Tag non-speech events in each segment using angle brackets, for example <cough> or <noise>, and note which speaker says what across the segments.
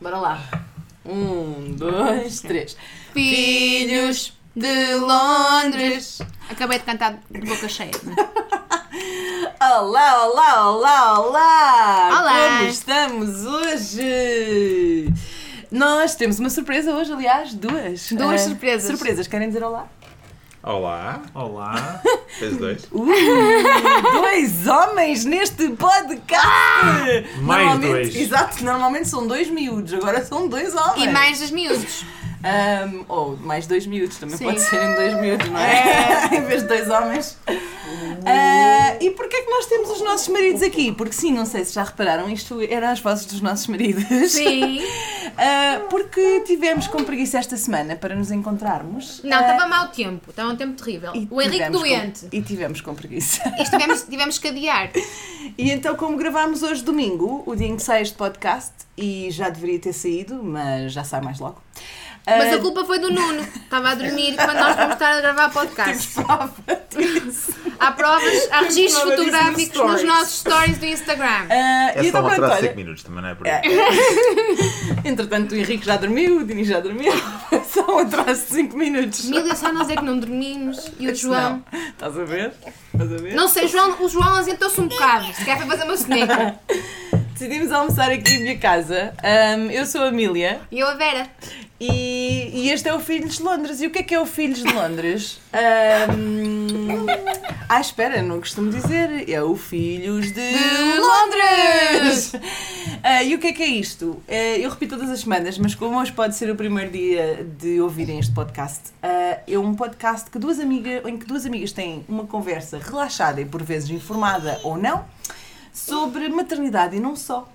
Speaker 1: Bora lá. Um, dois, três.
Speaker 2: Filhos de Londres. Acabei de cantar de boca cheia. é?
Speaker 1: <laughs> Olá, olá, olá, olá!
Speaker 2: Olá!
Speaker 1: Como estamos hoje? Nós temos uma surpresa hoje, aliás, duas.
Speaker 2: Duas
Speaker 1: Ah,
Speaker 2: surpresas.
Speaker 1: Surpresas, querem dizer olá?
Speaker 3: Olá,
Speaker 4: Olá!
Speaker 3: fez dois.
Speaker 1: Uh, <laughs> dois homens neste podcast!
Speaker 4: Ah, Mais
Speaker 1: Normalmente-
Speaker 4: dois.
Speaker 1: Exato, normalmente são dois miúdos, agora são dois homens.
Speaker 2: E mais dos miúdos.
Speaker 1: Ahm, ou mais dois miúdos, também
Speaker 2: Sim.
Speaker 1: pode serem dois miúdos, não é? <laughs> em vez de dois homens. Ah, e porquê é que nós temos os nossos maridos aqui? Porque sim, não sei se já repararam, isto eram as vozes dos nossos maridos.
Speaker 2: Sim.
Speaker 1: <laughs> Ah, porque tivemos com preguiça esta semana para nos encontrarmos.
Speaker 2: Não,
Speaker 1: Ah,
Speaker 2: estava mau tempo. Estava um tempo terrível.
Speaker 1: e
Speaker 2: O Henrique
Speaker 1: tivemos com-
Speaker 2: doente.
Speaker 1: e tivemos com preguiça. <laughs>
Speaker 2: E tivemos, tivemos que adiar.
Speaker 1: E então, como gravámos hoje domingo, o dia em que sai este podcast, e já deveria ter saído, mas já sai mais logo.
Speaker 2: Mas
Speaker 1: Ah,
Speaker 2: a culpa foi do Nuno. Estava a dormir quando nós vamos estar a gravar podcast.
Speaker 1: prova disso.
Speaker 2: Há provas, há
Speaker 1: Prova
Speaker 2: registros
Speaker 1: disso nos
Speaker 2: fotográficos nos
Speaker 1: stories.
Speaker 2: nossos stories do Instagram.
Speaker 1: Ah, e
Speaker 3: É só
Speaker 1: então,
Speaker 3: um
Speaker 1: pronto,
Speaker 3: atraso de
Speaker 1: olha,
Speaker 3: 5 minutos, também não é por
Speaker 1: É.
Speaker 3: aí.
Speaker 1: Entretanto, o Henrique já dormiu, o Dini já dormiu. <laughs> Só um atraso de 5 minutos.
Speaker 2: Mil é só nós é que não dormimos. E o João.
Speaker 1: Não. Estás a ver? Estás a ver?
Speaker 2: Não sei, João, o João azentou-se um bocado. Se calhar foi fazer uma soneca.
Speaker 1: Decidimos almoçar aqui em minha casa. Ahm, eu sou a Amília
Speaker 2: E eu a Vera.
Speaker 1: e, e este é o Filhos de Londres. E o que é que é o Filhos de Londres? Ahm,
Speaker 2: <laughs>
Speaker 1: ah, espera, não costumo dizer. É o Filhos de, <laughs>
Speaker 2: De
Speaker 1: Londres! Ah, e o que é que é isto? Ah, eu repito todas as semanas, mas como hoje pode ser o primeiro dia de ouvirem este podcast, ah, é um podcast que duas amiga, em que duas amigas têm uma conversa relaxada e por vezes informada ou não sobre maternidade e não só.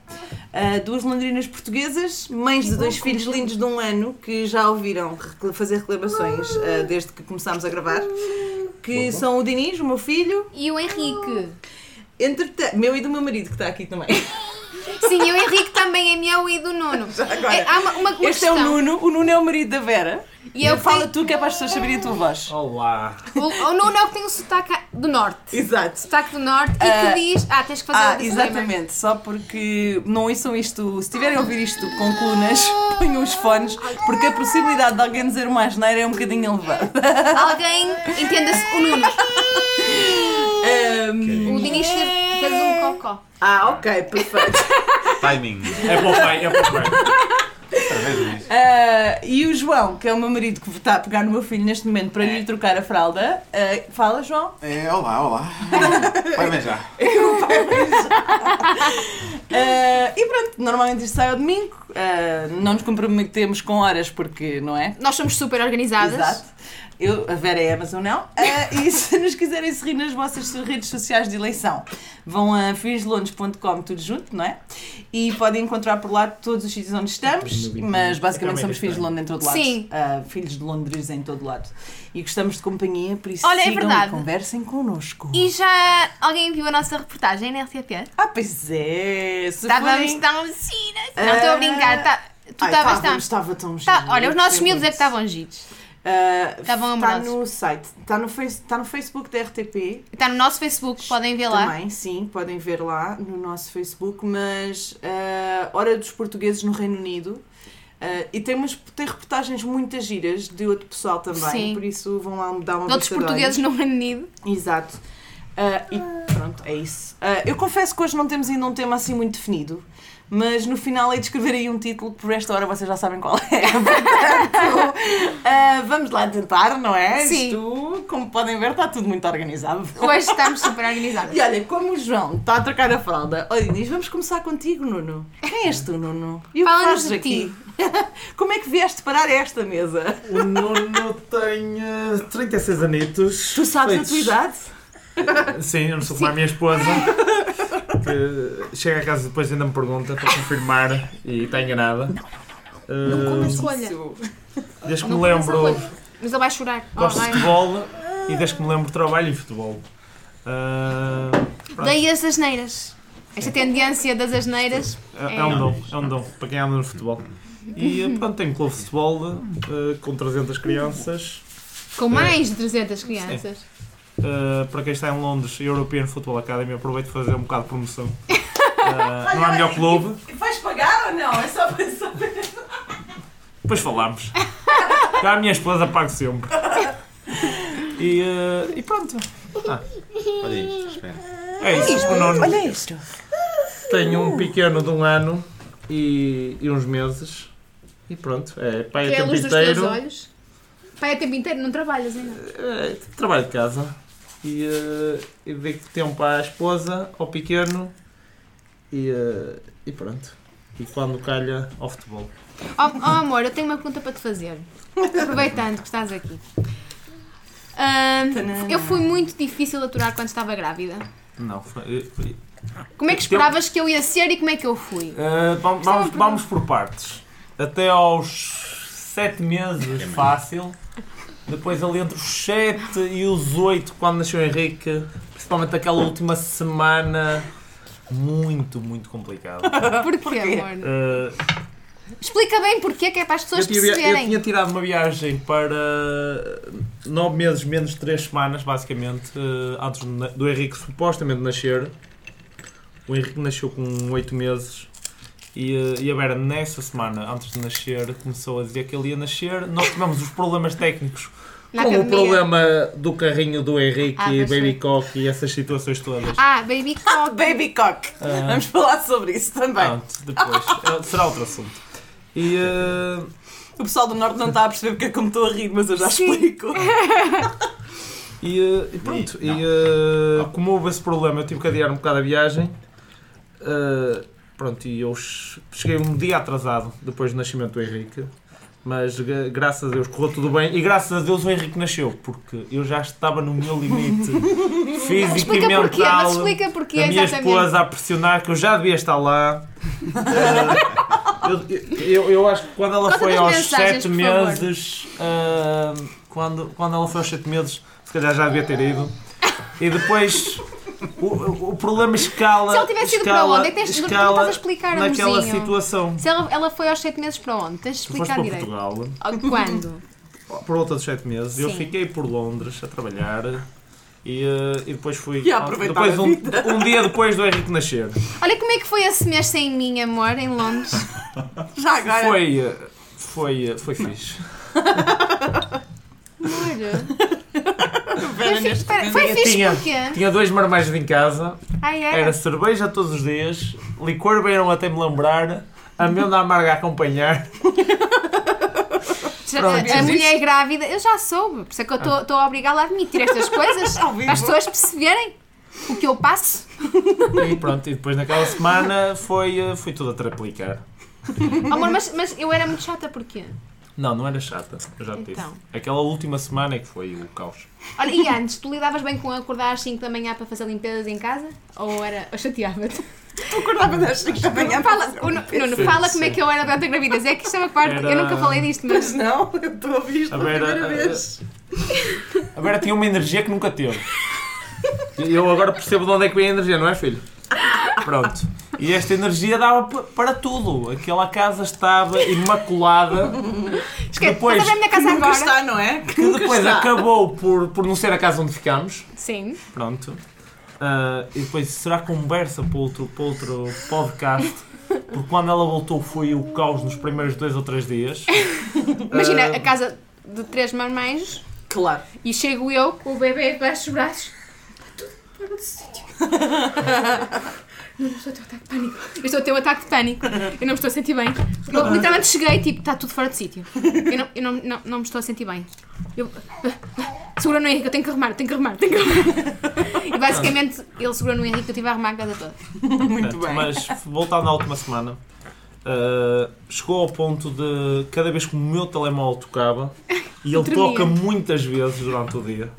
Speaker 1: Ah, duas londrinas portuguesas, mães de dois filhos lindos de um ano, que já ouviram recle- fazer reclamações ah, desde que começámos a gravar, que são o Diniz, o meu filho,
Speaker 2: E o Henrique.
Speaker 1: entretanto, meu e do meu marido, que está aqui também.
Speaker 2: Sim, e o Henrique também é meu e do Nuno.
Speaker 1: agora.
Speaker 2: É, há uma, uma uma
Speaker 1: Este é o
Speaker 2: questão.
Speaker 1: Nuno, o Nuno é o marido da Vera.
Speaker 2: E
Speaker 1: E
Speaker 2: eu
Speaker 1: eu fala
Speaker 2: tenho-
Speaker 1: tu que é para as pessoas saberem a tua voz.
Speaker 4: Olá!
Speaker 2: O, o Nuno é o que tem o sotaque do norte.
Speaker 1: Exato.
Speaker 2: Sotaque do norte e
Speaker 1: Ah,
Speaker 2: que diz. Ah, tens que fazer o
Speaker 1: Ah,
Speaker 2: disclaimer.
Speaker 1: exatamente, só porque não ouçam isto, se tiverem a ouvir isto com
Speaker 2: <laughs>
Speaker 1: colunas, ponham os fones, porque a possibilidade de alguém dizer uma asneira é um bocadinho
Speaker 2: <laughs>
Speaker 1: elevada.
Speaker 2: Alguém entenda-se o Nuno.
Speaker 1: Ahm,
Speaker 2: O Dinis fez fez um cocó.
Speaker 1: ah, ok, perfeito.
Speaker 3: Timing.
Speaker 4: É para o pai, é para o pai.
Speaker 1: <laughs> Ah, e o João, que é o meu marido que está a pegar no meu filho neste momento para lhe trocar a fralda, ah, fala João.
Speaker 3: É, olá, olá. Vai bem já.
Speaker 1: Ah, e pronto, normalmente isto sai ao domingo, ah, não nos comprometemos com horas porque, não é?
Speaker 2: Nós somos super organizadas.
Speaker 1: Exato. Eu, a Vera é Amazon, não. Ah, <laughs> e se nos quiserem seguir nas vossas redes sociais de eleição, vão a filhosdelondres.com, tudo junto, não é? E podem encontrar por lá todos os sítios onde estamos, mas basicamente
Speaker 4: Também
Speaker 1: somos filhos de Londres em todo lado.
Speaker 2: Sim.
Speaker 1: Ah, filhos de Londres em todo lado. E gostamos de companhia, por isso
Speaker 2: Olha, é
Speaker 1: sigam
Speaker 2: verdade.
Speaker 1: e conversem connosco.
Speaker 2: E já alguém viu a nossa reportagem na RTP?
Speaker 1: Ah, pois é. Se
Speaker 2: Estávamos
Speaker 1: forem-
Speaker 2: tão giras. Não estou a brincar. tá- Tu
Speaker 1: Ai,
Speaker 2: estavas
Speaker 1: estava,
Speaker 2: tão.
Speaker 1: estava tão
Speaker 2: tá-
Speaker 1: giro,
Speaker 2: olha, os nossos
Speaker 1: gostei
Speaker 2: miúdos é que
Speaker 1: muito.
Speaker 2: estavam giros.
Speaker 1: Ah,
Speaker 2: Estavam
Speaker 1: Está
Speaker 2: amorosos.
Speaker 1: no site, está no, face, está no Facebook da RTP,
Speaker 2: Está Tá no nosso Facebook, podem ver lá.
Speaker 1: Também, sim, podem ver lá no nosso Facebook, mas ah, Hora dos Portugueses no Reino Unido. Ah, e tem, umas, tem reportagens muito giras de outro pessoal também,
Speaker 2: Sim.
Speaker 1: por isso vão lá dar uma
Speaker 2: De Outros
Speaker 1: vista de
Speaker 2: portugueses no Reino Unido.
Speaker 1: olhos. Exato. Ah, e pronto, é isso. Ah, eu confesso que hoje não temos ainda um tema assim muito definido, mas no final é de escrever aí um título, que por esta hora vocês já sabem qual é. <laughs> Portanto, ah, vamos lá tentar, não é?
Speaker 2: Sim.
Speaker 1: Isto, como podem ver, está tudo muito organizado.
Speaker 2: Hoje estamos super organizadas.
Speaker 1: E olha, como o João está a trocar a fralda, olha, diz, vamos começar contigo, Nuno. Quem és tu, Nuno? E o que
Speaker 2: Fala-nos
Speaker 1: fazes
Speaker 2: de
Speaker 1: aqui? <laughs> Como é que vieste parar a esta mesa?
Speaker 4: O Nuno tem eh, 36 anetos.
Speaker 1: Tu sabes a
Speaker 4: feitos.
Speaker 1: tua idade?
Speaker 4: Sim, eu não sou como a minha esposa. Que chega a casa e depois ainda me pergunta para confirmar e está enganada. Não, não,
Speaker 1: Hum.
Speaker 2: Como escolha.
Speaker 4: desde que
Speaker 2: Não
Speaker 4: me
Speaker 2: começa
Speaker 4: lembro,
Speaker 2: hoje. Mas ele vai chorar.
Speaker 4: gosto de
Speaker 2: Oh, vai.
Speaker 4: futebol e desde que me lembro, trabalho em futebol. Ah, pronto.
Speaker 2: Daí as asneiras. Esta tendência das asneiras.
Speaker 4: É, é um dom, é um dom para quem anda no futebol. E eh, pronto, tenho um clube de futebol eh, com 300 crianças.
Speaker 2: Com mais de 300 crianças.
Speaker 4: Uh, para quem está em Londres, European Football Academy, aproveito para
Speaker 2: <laughs>
Speaker 4: fazer um bocado de promoção. Uh, Eh, não há melhor clube.
Speaker 1: Vais pagar ou não? É só para saber.
Speaker 4: Depois falámos. Já a minha esposa pago sempre. E, eh, e pronto.
Speaker 3: Olha isto, espera.
Speaker 4: É isso. O nono
Speaker 1: Olha isto.
Speaker 4: tem um pequeno de um ano e, e uns meses. E pronto. É pai
Speaker 2: Que é
Speaker 4: o
Speaker 2: a
Speaker 4: tempo
Speaker 2: luz dos teus
Speaker 4: inteiro.
Speaker 2: olhos. Pai, é tempo inteiro, não trabalhas ainda.
Speaker 4: Eh, trabalho de casa. E, eh, e dedico tempo à esposa, ao pequeno. E, eh, e pronto. E quando calha, ao futebol.
Speaker 2: Oh, oh, amor, eu tenho uma pergunta para te fazer. Aproveitando que estás aqui. Ahm,
Speaker 1: Tanana.
Speaker 2: eu fui muito difícil de aturar quando estava grávida.
Speaker 4: Não, foi- eh, foi-
Speaker 2: Como é que esperavas que eu ia ser e como é que eu fui?
Speaker 4: Uh, vam-
Speaker 2: é uma
Speaker 4: vamos,
Speaker 2: pergunta.
Speaker 4: vamos por partes. Até aos 7 meses, fácil. Depois ali entre os 7 e os 8, quando nasceu o Henrique, principalmente aquela última semana, muito, muito <laughs> complicado.
Speaker 2: Porquê, amor?
Speaker 4: Uh,
Speaker 2: Explica bem porquê, que é para as pessoas
Speaker 4: eu, tinha, eu
Speaker 2: perceberem.
Speaker 4: tinha tirado uma viagem para 9 meses menos 3 semanas, basicamente, eh, antes do na- do Henrique supostamente nascer. O Henrique nasceu com 8 meses e, eh, e a Vera, nessa semana, antes de nascer, começou a dizer que ele ia nascer. Nós tivemos os problemas técnicos,
Speaker 2: Na
Speaker 4: como o
Speaker 2: academia.
Speaker 4: problema do carrinho do Henrique
Speaker 2: Ah,
Speaker 4: e
Speaker 2: pois
Speaker 4: Baby
Speaker 2: foi.
Speaker 4: Cock e essas situações todas.
Speaker 2: Ah, baby
Speaker 1: Ah,
Speaker 4: <laughs>
Speaker 2: cock.
Speaker 1: baby cock.
Speaker 4: Ah.
Speaker 1: Vamos falar sobre isso também.
Speaker 4: Pronto,
Speaker 2: <laughs>
Speaker 4: depois. Eh, Será outro assunto. E. eh,
Speaker 1: O pessoal do Norte não está a perceber porque é que eu me estou a rir, mas eu já explico.
Speaker 2: É.
Speaker 4: E, eh, e pronto,
Speaker 3: E-
Speaker 4: e,
Speaker 3: não.
Speaker 4: eh, como houve esse problema, eu tive que adiar um bocado a viagem. Eh, pronto, e eu ch- cheguei um dia atrasado depois do nascimento do Henrique. Mas gra- graças a Deus correu tudo bem e graças a Deus o Henrique nasceu, porque eu já estava no meu limite físico e
Speaker 2: <laughs> Explica porquê, mas
Speaker 4: mental.
Speaker 2: explica porquê,
Speaker 4: A minha
Speaker 2: é exatamente.
Speaker 4: esposa a pressionar que eu já devia
Speaker 2: <laughs>
Speaker 4: estar lá. Eh, eu, eu, eu acho que quando ela
Speaker 2: Conta
Speaker 4: foi
Speaker 2: das
Speaker 4: aos
Speaker 2: mensagens,
Speaker 4: 7
Speaker 2: por favor.
Speaker 4: meses. ah, quando, quando ela foi aos 7 meses, se calhar já devia ter ido. E depois. O, o- o problema escala.
Speaker 2: Se ela tivesse ido para
Speaker 4: escala,
Speaker 2: onde? É que tens- não
Speaker 4: escala
Speaker 2: estás a um explicar,
Speaker 4: Naquela
Speaker 2: amorzinho.
Speaker 4: situação.
Speaker 2: Se ela, ela foi aos 7 meses para onde? Tens de
Speaker 4: Tu foste
Speaker 2: explicar
Speaker 4: para
Speaker 2: direito.
Speaker 4: Portugal
Speaker 2: Oh, Quando?
Speaker 4: <laughs> por volta dos 7 meses. Eu
Speaker 2: Sim.
Speaker 4: fiquei por Londres a trabalhar. E, ah, e depois fui.
Speaker 1: E a aproveitar
Speaker 4: depois
Speaker 1: a
Speaker 4: um-
Speaker 1: vida.
Speaker 4: um dia depois do Henrique nascer.
Speaker 2: Olha como é que foi esse mês sem mim, amor, em Londres.
Speaker 1: Já agora.
Speaker 4: Foi. eh, Foi, eh, foi fixe.
Speaker 2: Amor.
Speaker 1: Vera,
Speaker 2: Foi fixe,
Speaker 1: neste
Speaker 2: espera,
Speaker 1: momento-
Speaker 2: foi fixe
Speaker 4: Tinha-
Speaker 2: porquê?
Speaker 4: Tinha dois marmajos em casa,
Speaker 2: Ai, ai.
Speaker 4: era cerveja todos os dias, licor beirão até me lembrar, amêndoa amarga a
Speaker 2: <laughs>
Speaker 4: acompanhar.
Speaker 2: Já-
Speaker 4: Pronto,
Speaker 2: a
Speaker 4: diz
Speaker 2: mulher grávida, eu já soube, por isso é que eu estou a obrigá-la a admitir
Speaker 4: <laughs>
Speaker 2: estas coisas
Speaker 1: Ao vivo.
Speaker 2: para as pessoas perceberem o que eu passo.
Speaker 4: E pronto, e depois naquela semana foi, eh, foi tudo a triplicar.
Speaker 2: Amor, mas, mas eu era muito chata porquê?
Speaker 4: Não, não era chata, eu já te disse.
Speaker 2: Então.
Speaker 4: Aquela última semana é que foi o caos.
Speaker 2: Olha, e antes, tu lidavas bem com acordar às 5 da manhã para fazer limpezas em casa? Ou era. Ou chateava-te?
Speaker 1: Eu acordava das 5 da manhã.
Speaker 2: Fala,
Speaker 1: para fazer
Speaker 2: o
Speaker 1: um
Speaker 2: Nu-
Speaker 1: peixe.
Speaker 2: Nuno, fala como é que eu era durante a gravidez. É que isto é uma parte. Eu nunca
Speaker 4: Era-
Speaker 2: falei disto,
Speaker 1: <laughs> Mas
Speaker 2: mas.
Speaker 1: não, eu estou a ouvir isto
Speaker 4: A
Speaker 1: pela
Speaker 4: Vera,
Speaker 1: primeira
Speaker 4: a-
Speaker 1: vez.
Speaker 4: A Vera tinha uma energia que nunca teve. E Eu agora percebo de onde é que vem a energia, não é, filho? Pronto. E esta energia dava pa- para tudo. Aquela casa estava imaculada.
Speaker 2: Esquece,
Speaker 4: Depois-
Speaker 2: estás a ver a minha casa
Speaker 1: Nunca
Speaker 2: agora?
Speaker 1: está, não é?
Speaker 4: que
Speaker 1: Nunca
Speaker 4: depois
Speaker 1: está.
Speaker 4: acabou por, por não ser a casa onde ficámos.
Speaker 2: Sim.
Speaker 4: Pronto. Ah, e depois será conversa para outro, para outro podcast. Porque quando ela voltou foi o caos nos primeiros dois ou três dias.
Speaker 2: Imagina
Speaker 4: Ah,
Speaker 2: a casa de três mamães <laughs>
Speaker 1: Claro.
Speaker 2: e chego eu com o bebê debaixo dos braços. Está tudo fora do sítio. Não, não, estou a ter um ataque de pânico. Este é o teu ataque de pânico. Eu não me estou a sentir bem. Eu literalmente cheguei tipo, está tudo fora de sítio. Eu, não, eu não, não, não me estou a sentir bem. Eu, ah, segura no Henrique, eu tenho que arrumar, eu tenho que arrumar, eu tenho que arrumar. E basicamente ele segurou no Henrique, eu tive a arrumar a casa toda.
Speaker 1: Muito
Speaker 4: Portanto,
Speaker 1: bem.
Speaker 4: Mas voltando à última semana, ah, chegou ao ponto de cada vez que o meu telemóvel tocava,
Speaker 1: <laughs>
Speaker 4: e ele
Speaker 2: Tremia.
Speaker 4: toca muitas vezes durante o dia,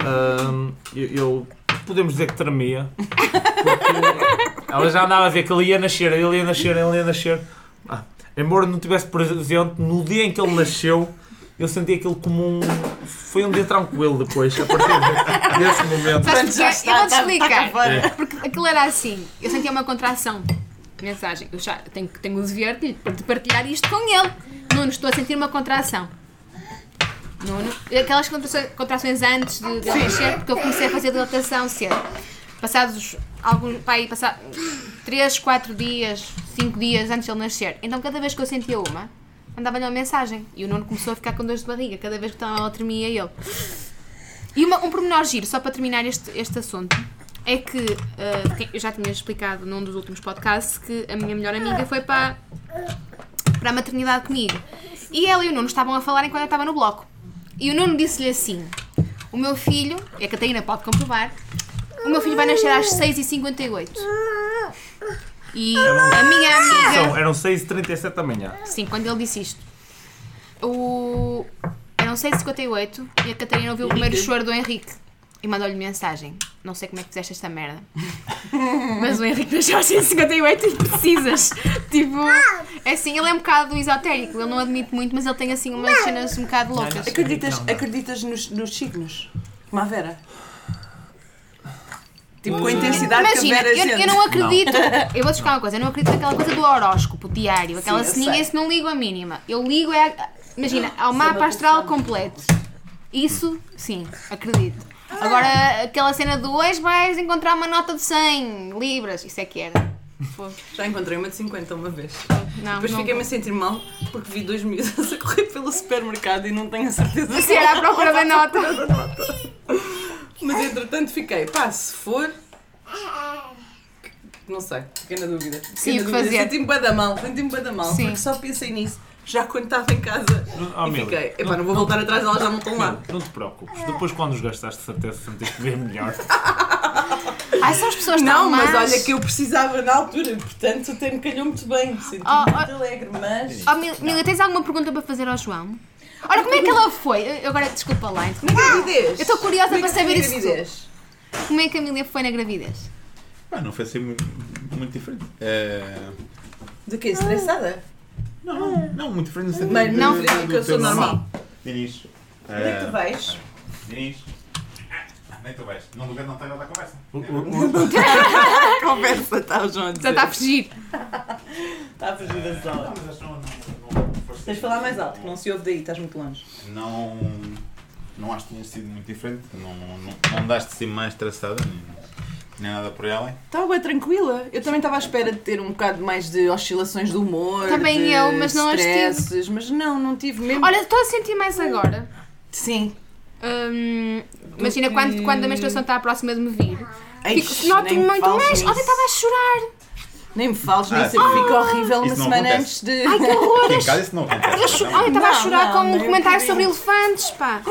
Speaker 4: ah, eu, eu- podemos dizer que tremia, porque ela já andava a ver que ele ia nascer, ele ia nascer, ele ia nascer. Ah, embora não tivesse presente, no dia em que ele nasceu, eu senti aquilo como um. Foi um dia tranquilo depois, a partir de- desse momento.
Speaker 1: <laughs> Portanto,
Speaker 2: Sabes porquê? eu vou-te explicar.
Speaker 1: cá fora.
Speaker 2: Porque aquilo era assim, eu sentia uma contração. Mensagem, eu já tenho, tenho o dever de, de partilhar isto com ele. Nuno, estou a sentir uma contração. Nuno, aquelas contrações, contrações antes de, de ele nascer, porque eu comecei a fazer dilatação cedo. Passados alguns, pai, passar 3, 4 dias, 5 dias antes de ele nascer. Então cada vez que eu sentia uma, mandava-lhe uma mensagem. E o Nuno começou a ficar com dores de barriga cada vez que estava ela tremia ele. E uma- um pormenor giro, só para terminar este, este assunto, é que ah, quem- eu já tinha explicado num dos últimos podcasts que a minha melhor amiga foi para, para a maternidade comigo. E ela e o Nuno estavam a falar enquanto eu estava no bloco. E o Nuno disse-lhe assim: O meu filho, e a Catarina pode comprovar, o meu filho vai nascer às 6h58. E a minha amiga.
Speaker 4: Então, eram 6h37 da manhã.
Speaker 2: Sim, quando ele disse isto. O... Eram 6h58 e a Catarina ouviu o primeiro choro do Henrique e mandou-lhe mensagem. Não sei como é que fizeste esta merda. Mas o Henrique nasceu aos 6h58 e precisas. Tipo, é assim, ele é um bocado esotérico. Ele não admite muito, mas ele tem assim umas cenas um bocado loucas.
Speaker 1: Acreditas, acreditas nos, nos signos? Como a Vera? Tipo, com a intensidade
Speaker 2: Hum.
Speaker 1: que
Speaker 2: Imagina,
Speaker 1: a Vera
Speaker 2: eu,
Speaker 1: sente.
Speaker 2: eu não acredito. Eu vou te explicar uma coisa. Eu não acredito naquela coisa do horóscopo diário. Aquela
Speaker 1: Sim, eu
Speaker 2: se ninguém
Speaker 1: sei.
Speaker 2: se não ligo a mínima. Eu ligo é. a- Imagina, ao mapa astral completo. Isso, sim, acredito. Agora, aquela cena do hoje vais encontrar uma nota de 100 libras. Isso é que era. Pô,
Speaker 1: Já encontrei uma de 50 uma vez.
Speaker 2: Não,
Speaker 1: Depois
Speaker 2: não.
Speaker 1: fiquei-me a sentir mal porque vi dois miúdos <laughs> a correr pelo supermercado e não tenho a certeza
Speaker 2: Se era à procura
Speaker 1: <laughs>
Speaker 2: da nota.
Speaker 1: Mas entretanto fiquei, pá, se for. Não sei, fiquei na dúvida. Fiquei
Speaker 2: Sim,
Speaker 1: na
Speaker 2: o que
Speaker 1: dúvida.
Speaker 2: fazer?
Speaker 1: Senti-me bué da mal, senti-me bué da mal,
Speaker 2: Sim.
Speaker 1: porque só pensei nisso já quando estava em casa
Speaker 4: Oh,
Speaker 1: e
Speaker 4: meu,
Speaker 1: fiquei, epá, não vou voltar atrás, elas já não estão lá.
Speaker 4: Não, não te
Speaker 1: É.
Speaker 4: preocupes, depois quando os gastaste, de certeza sentiste bem
Speaker 1: <laughs>
Speaker 4: melhor.
Speaker 2: Ai, são as pessoas tão
Speaker 1: Não, mas
Speaker 2: más.
Speaker 1: olha que eu precisava na altura, portanto até me calhou muito bem, senti-me
Speaker 2: Oh, oh.
Speaker 1: muito alegre, mas.
Speaker 2: Oh, Mil- Mila, tens alguma pergunta para fazer ao João? Ora, como é que ela foi? Eu- Agora, desculpa lá. então.
Speaker 1: Como é que é a gravidez?
Speaker 2: Eu estou curiosa
Speaker 1: Como é que
Speaker 2: para
Speaker 1: foi a
Speaker 2: saber isso tudo.
Speaker 1: gravidez?
Speaker 2: Como é que a Mila foi na gravidez?
Speaker 3: Ah, não foi assim muito, muito diferente. É,
Speaker 1: Do que? Estressada?
Speaker 3: Não, não, muito diferente no sentido
Speaker 1: Mas
Speaker 3: de- um
Speaker 1: não,
Speaker 3: de-
Speaker 1: porque
Speaker 3: do
Speaker 1: eu sou
Speaker 3: teu-
Speaker 1: normal.
Speaker 3: Dinis.
Speaker 1: Onde é que tu vais?
Speaker 3: Dinis. Ah, Nem tu vais. Num lugar não está a dar conversa. É
Speaker 4: O- o- o-
Speaker 1: Conversa, está o João.
Speaker 2: Já está tá, a fugir.
Speaker 1: Está
Speaker 3: Tá
Speaker 1: a fugir da sala.
Speaker 3: mas acho que não- não- não foste- assim.
Speaker 1: Tens de falar mais alto, que não se ouve daí, estás muito longe.
Speaker 3: Não. Não acho que tenha sido muito diferente. Não, não, não daste assim mais traçada, nem, nem nada por ela.
Speaker 1: Estava bem Tá tranquila. Eu também estava à espera de ter um bocado mais de oscilações de humor.
Speaker 2: Também
Speaker 1: de
Speaker 2: eu, mas não as tive.
Speaker 1: stresses, Mas não, não tive mesmo.
Speaker 2: Olha, estou a sentir mais agora.
Speaker 1: Sim.
Speaker 2: Hum, imagina quando, quando a menstruação está próxima de me vir. Fico,
Speaker 1: Eish,
Speaker 2: noto
Speaker 1: nem me
Speaker 2: muito
Speaker 1: fales
Speaker 2: mais.
Speaker 1: nisso.
Speaker 2: Ontem estava a chorar.
Speaker 1: Nem me fales
Speaker 3: Ah,
Speaker 1: nisso,
Speaker 3: sim.
Speaker 1: eu fico horrível uma
Speaker 3: Isso não
Speaker 1: semana
Speaker 3: acontece.
Speaker 1: antes de.
Speaker 2: Ai, que horror!
Speaker 3: Aqui em casa isso não
Speaker 2: Eu
Speaker 3: acontece.
Speaker 2: cho-
Speaker 3: não.
Speaker 2: Olha, estava a
Speaker 1: Não,
Speaker 2: chorar
Speaker 1: não,
Speaker 2: com um
Speaker 1: nem
Speaker 2: documentário
Speaker 1: um
Speaker 2: sobre
Speaker 1: bocadinho.
Speaker 2: elefantes, pá.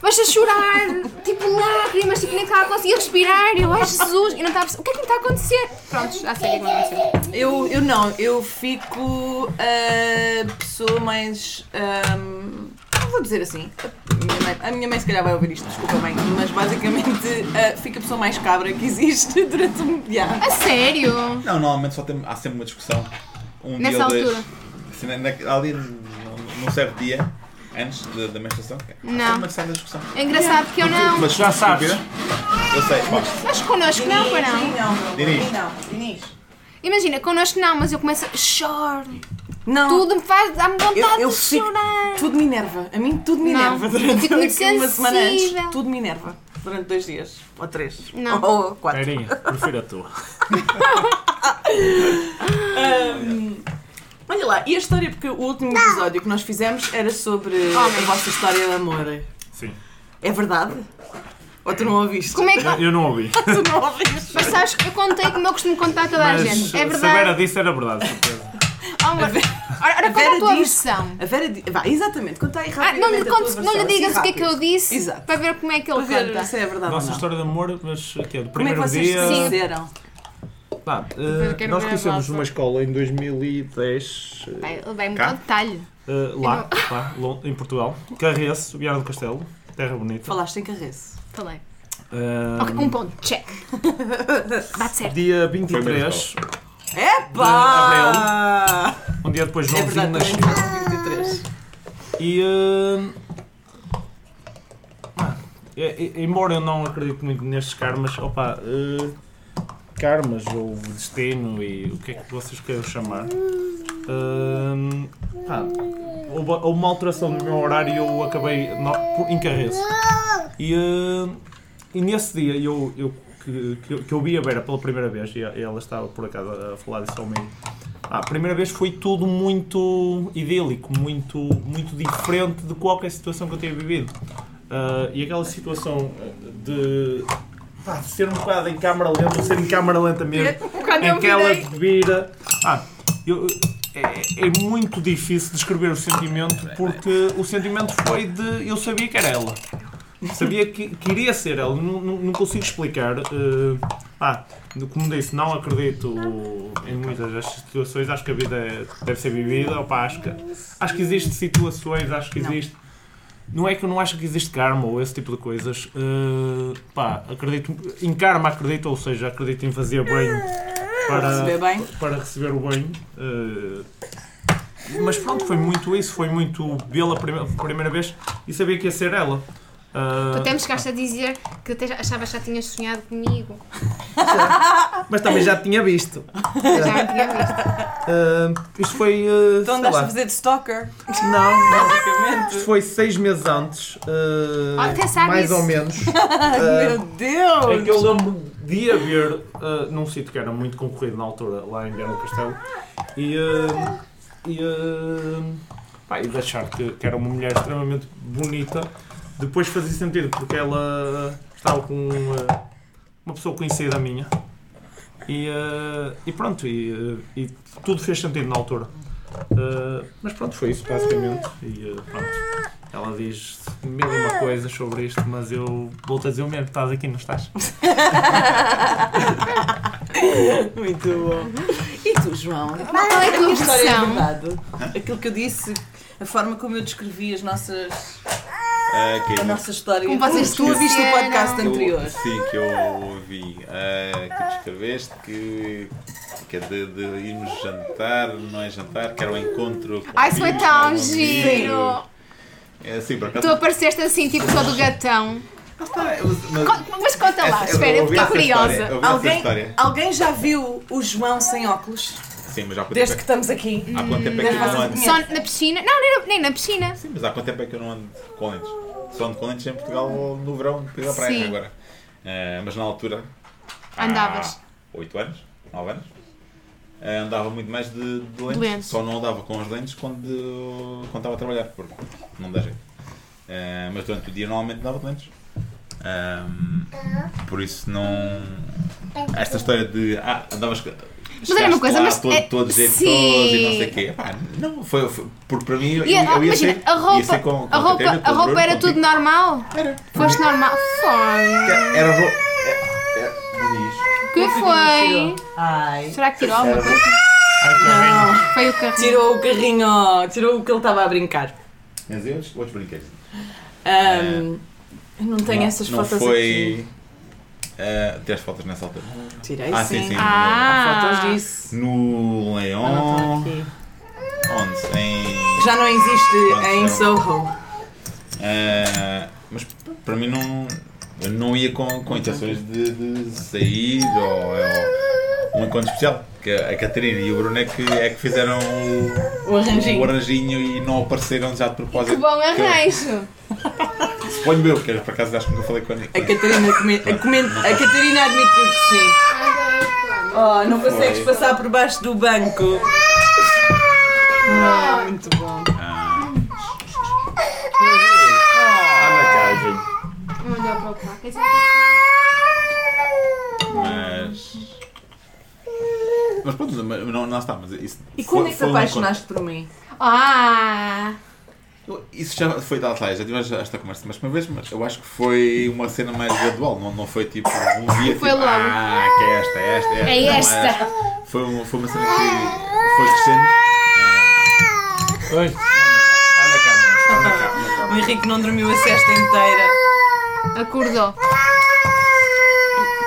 Speaker 2: Vais a chorar, tipo lágrimas, tipo nem estava a conseguir respirar. Eu, ai Jesus, e não estava a perceber. O que é que me está a acontecer? Pronto, já sei o que é que me aconteceu.
Speaker 1: Eu, eu não, eu fico a pessoa mais. ahm, vou dizer assim. A minha, mãe, a minha mãe se calhar vai ouvir isto, desculpa bem. Mas basicamente ah, fico a pessoa mais cabra que existe <laughs> durante um dia.
Speaker 2: A sério?
Speaker 3: Não, normalmente só tem, há sempre uma discussão. Um
Speaker 2: Nessa
Speaker 3: dia ou dois.
Speaker 2: altura.
Speaker 3: Assim, na- na- ali num num certo dia, antes da, da menstruação, há sempre
Speaker 2: Não.
Speaker 3: uma certa discussão.
Speaker 2: É engraçado que eu não.
Speaker 4: Mas já sabes.
Speaker 3: Eu sei, bom,
Speaker 2: Mas connosco não, para não.
Speaker 1: Sim, não,
Speaker 3: Dinis.
Speaker 1: Dinis. Não, Dinis.
Speaker 2: Imagina, connosco não, mas eu começo a chorar.
Speaker 1: Não.
Speaker 2: Tudo me faz, dá-me vontade
Speaker 1: Eu- eu
Speaker 2: de
Speaker 1: fico-
Speaker 2: chorar.
Speaker 1: Tudo me enerva. A mim tudo me
Speaker 2: Não,
Speaker 1: enerva durante
Speaker 2: fico muito
Speaker 1: uma semana antes.
Speaker 2: sensível.
Speaker 1: Tudo me enerva. Durante dois dias. Ou três.
Speaker 2: Não.
Speaker 1: Ou, ou quatro.
Speaker 4: Carinha, prefiro a tua.
Speaker 1: Ahm, olha lá, e a história, porque o último episódio que nós fizemos era sobre a vossa história de amor.
Speaker 4: Sim.
Speaker 1: É verdade? Ou tu não ouviste?
Speaker 2: Como é que.
Speaker 4: Eu- Eu não ouvi.
Speaker 1: tu não ouviste?
Speaker 2: Mas sabes que eu contei como eu costumo contar a toda a
Speaker 4: Mas eh,
Speaker 2: gente. É
Speaker 4: se a Vera
Speaker 2: verdade.
Speaker 4: disse, era verdade. certeza.
Speaker 2: Oh, amor. Ora, ora
Speaker 1: a
Speaker 2: conta a
Speaker 1: Vera
Speaker 2: tua
Speaker 1: diz-
Speaker 2: versão.
Speaker 1: A Vera di- Vá, exatamente, conta aí
Speaker 2: Ah,
Speaker 1: rapidamente
Speaker 2: não, lhe
Speaker 1: a tua
Speaker 2: contes- não lhe
Speaker 1: versão,
Speaker 2: digas
Speaker 1: assim,
Speaker 2: o que é que eu
Speaker 1: rápido.
Speaker 2: disse
Speaker 1: Exato.
Speaker 2: para ver como é que ele
Speaker 1: Para ver
Speaker 2: conta.
Speaker 1: se é verdade ou
Speaker 4: Nossa
Speaker 1: não.
Speaker 4: história de amor, mas
Speaker 1: Como
Speaker 4: aqui, do
Speaker 1: é que
Speaker 4: primeiro
Speaker 1: vocês
Speaker 4: dia.
Speaker 1: se conheceram?
Speaker 4: Pá, eh,
Speaker 2: quero
Speaker 4: nós
Speaker 2: ver a
Speaker 4: conhecemos
Speaker 2: nossa.
Speaker 4: numa escola em 2010, eh,
Speaker 2: Vai- Vai-me
Speaker 3: Cá?
Speaker 2: ao detalhe.
Speaker 4: eh, lá, lá, Lon- em Portugal. Carreço, Viana do Castelo, Terra Bonita.
Speaker 1: Falaste em carreço.
Speaker 2: Falei.
Speaker 4: Eh,
Speaker 2: Ok, um ponto.
Speaker 1: <laughs>
Speaker 2: Check. Bate certo.
Speaker 4: Dia
Speaker 3: Foi mesmo
Speaker 4: 23,
Speaker 1: Epá!
Speaker 4: um dia depois
Speaker 1: É
Speaker 4: Joãozinho
Speaker 1: verdade,
Speaker 4: nasceu.
Speaker 1: também 23.
Speaker 4: E. eh, ah, e- e- embora eu não acredite muito nestes karmas, opa. eh, karmas ou destino e o que é que vocês queiram chamar. eh, pá, houve, houve uma alteração no meu horário e eu acabei no, por, em Carreço. E, eh, e nesse dia eu, eu, que, que, eu- que eu vi a Vera pela primeira vez, e ela estava por acaso a falar disso ao meio, Ah, a primeira vez foi tudo muito idílico, muito, muito diferente de qualquer situação que eu tenha vivido. Ah, e aquela situação ah, de, pá, de ser um bocado em câmara lenta, ser em câmara lenta mesmo,
Speaker 1: Um
Speaker 2: Quando
Speaker 4: em
Speaker 2: eu
Speaker 4: que ela
Speaker 2: virei...
Speaker 4: vira. Ah, eu- é, é muito difícil descrever o sentimento porque o sentimento foi de. Eu sabia que era ela. Sabia que queria ser ela. Não, não- não consigo explicar. eh, ah, como disse, não acredito em muitas das situações. Acho que a vida é- deve ser vivida. Opa, acho, que, acho que existe situações, acho que
Speaker 1: Não.
Speaker 4: existe. Não é que eu não acho que existe karma ou esse tipo de coisas. eh, pá, acredito em karma, acredito, ou seja, acredito em fazer bem para
Speaker 1: Perceber bem?
Speaker 4: para receber o bem. eh, mas pronto, foi muito isso, foi muito vê-la prime- primeira vez e sabia que ia ser ela. Ah,
Speaker 2: Tu até me chegaste a dizer que até já- achavas que já tinhas sonhado
Speaker 1: <laughs>
Speaker 2: comigo.
Speaker 4: Mas também já
Speaker 2: <laughs>
Speaker 4: tinha visto.
Speaker 2: Já me tinha visto.
Speaker 4: Ah, isto foi. ah,
Speaker 1: Então
Speaker 4: sei
Speaker 1: andaste
Speaker 4: lá.
Speaker 1: a fazer de stalker,
Speaker 4: Não, não. Isto
Speaker 1: basicamente.
Speaker 4: foi seis meses antes. ah,
Speaker 2: Ah, até sabe
Speaker 4: mais
Speaker 2: isso.
Speaker 4: ou menos.
Speaker 1: Meu
Speaker 4: É que eu
Speaker 1: Deus!
Speaker 4: lembro de a ver ah, num sítio que era muito concorrido na altura, lá em Viana do Castelo, e, ah, e, ah, pá, e de achar que, que era uma mulher extremamente bonita. Depois fazia sentido, porque ela estava com ah, uma pessoa conhecida minha. E, ah, e pronto, e, ah, e tudo fez sentido na altura. Ah, mas pronto, foi isso basicamente. E, ah, pronto. Ela diz mil e uma coisas sobre isto, mas eu vou-te a dizer o mesmo: estás aqui, não estás?
Speaker 1: <laughs> Muito bom. E tu, João?
Speaker 2: Qual é a tua
Speaker 1: minha história é
Speaker 2: versão?
Speaker 1: verdade. Aquilo que eu disse, a forma como eu descrevi as nossas,
Speaker 3: Ah, ok,
Speaker 1: a
Speaker 3: muito
Speaker 1: nossa história.
Speaker 2: Como vocês
Speaker 1: tu ouviste o
Speaker 2: disseram.
Speaker 1: podcast
Speaker 3: que eu-
Speaker 1: anterior.
Speaker 3: sim, que eu ouvi, ah, que descreveste, que, que é de, de irmos jantar, não é jantar, que era um encontro com
Speaker 2: Ai, isso foi
Speaker 3: amigos, que era um
Speaker 2: tão giro.
Speaker 3: É assim, por
Speaker 2: Tu
Speaker 3: acaso.
Speaker 2: apareceste assim, tipo todo gatão.
Speaker 3: Mas,
Speaker 2: Co- Mas conta lá,
Speaker 3: essa-
Speaker 2: espera, eu
Speaker 3: ouvi
Speaker 2: fiquei
Speaker 3: essa história,
Speaker 2: curiosa.
Speaker 3: ouvi essa
Speaker 1: Alguém,
Speaker 3: história.
Speaker 1: alguém já viu o João sem óculos?
Speaker 3: Sim, mas há quanto
Speaker 1: Desde que
Speaker 3: tempo
Speaker 1: estamos aqui.
Speaker 3: é- há quanto tempo é que
Speaker 1: desde
Speaker 3: eu não
Speaker 1: vocês-
Speaker 3: ando?
Speaker 2: Só na piscina? Não, nem na, nem na piscina.
Speaker 3: Sim, mas há quanto tempo é que eu não ando com lentes? Só ando com lentes em Portugal no verão, pela praia
Speaker 2: Sim.
Speaker 3: agora. Ah, mas na altura.
Speaker 2: Andavas.
Speaker 3: 8 anos, 9 anos. Ah, andava muito mais de, de lentes.
Speaker 2: lentes.
Speaker 3: Só não andava com as lentes quando, quando estava a trabalhar, porque não dá jeito. Ah, mas durante o dia normalmente andava de lentes. Ah, por isso não. Esta história de. Ah, andavas. Mas
Speaker 2: era uma coisa, mas
Speaker 3: Todo,
Speaker 2: é-
Speaker 3: todo jeitoso e não sei o quê. Epá, não, foi, foi- porque para mim. Eu,
Speaker 2: E,
Speaker 3: eu
Speaker 2: ah,
Speaker 3: ia ser,
Speaker 2: imagina, a
Speaker 3: ia
Speaker 2: roupa,
Speaker 3: ser com- com
Speaker 2: a roupa,
Speaker 3: Catarina, com
Speaker 2: a
Speaker 3: o
Speaker 2: roupa
Speaker 3: Bruno,
Speaker 2: era
Speaker 3: contigo.
Speaker 2: tudo normal? Foste normal? Foi.
Speaker 3: Era roupa. é- é- diz.
Speaker 2: Que foi?
Speaker 1: Ai.
Speaker 2: Será que tirou alguma coisa?
Speaker 4: Ai, que arranjo.
Speaker 2: Foi o carrinho.
Speaker 1: Tirou o carrinho, ó, tirou o que ele estava a brincar.
Speaker 3: Mas eu outros outros brinquedos.
Speaker 1: Ahm, eu não tenho
Speaker 3: É. Não-
Speaker 1: essas
Speaker 3: não
Speaker 1: fotos
Speaker 3: foi... Uh, ter as fotos nessa altura.
Speaker 1: aqui. Tirei
Speaker 3: Ah,
Speaker 1: sim.
Speaker 3: sim, sim.
Speaker 1: Há
Speaker 2: Ah,
Speaker 1: fotos disso. Ah,
Speaker 3: No
Speaker 1: não
Speaker 3: Leão.
Speaker 1: estão aqui.
Speaker 3: Onde? Em.
Speaker 1: Já não existe
Speaker 3: Pronto,
Speaker 1: em
Speaker 3: não.
Speaker 1: Soho.
Speaker 3: Ah, mas para mim não. Eu não ia com, com intenções de, de sair ou, ou um encontro especial. Que a Catarina e o Bruno é que, é que fizeram o,
Speaker 1: O
Speaker 3: o
Speaker 1: arranjinho.
Speaker 3: arranjinho e não apareceram já de propósito.
Speaker 2: que bom
Speaker 3: eu-
Speaker 2: arranjo.
Speaker 3: Suponho meu, que por acaso acho que nunca falei com a
Speaker 1: A Catarina, come- a comen- a Catarina admitiu que sim. Oh, não consegues
Speaker 3: Foi.
Speaker 1: passar por baixo do banco. Não, muito bom.
Speaker 3: Ah, mas. Mas pronto, mas não, não está. Mas isso
Speaker 1: E quando é
Speaker 3: foi-
Speaker 1: que te
Speaker 3: foi um
Speaker 1: apaixonaste por mim?
Speaker 2: Ah,
Speaker 3: encontro. Isso já foi dado lá, já tivemos esta conversa mais uma vez, mas eu acho que foi uma cena mais gradual, não, não foi tipo um dia
Speaker 2: Foi
Speaker 3: tipo,
Speaker 2: logo.
Speaker 3: Ah, que é esta, é esta,
Speaker 2: é
Speaker 3: Não, é.
Speaker 2: esta.
Speaker 3: Foi, uma, foi uma cena que foi crescendo. Ah,
Speaker 4: Oi. Anda cá, anda cá, anda cá.
Speaker 1: O Henrique não dormiu a sesta inteira.
Speaker 2: Acordou.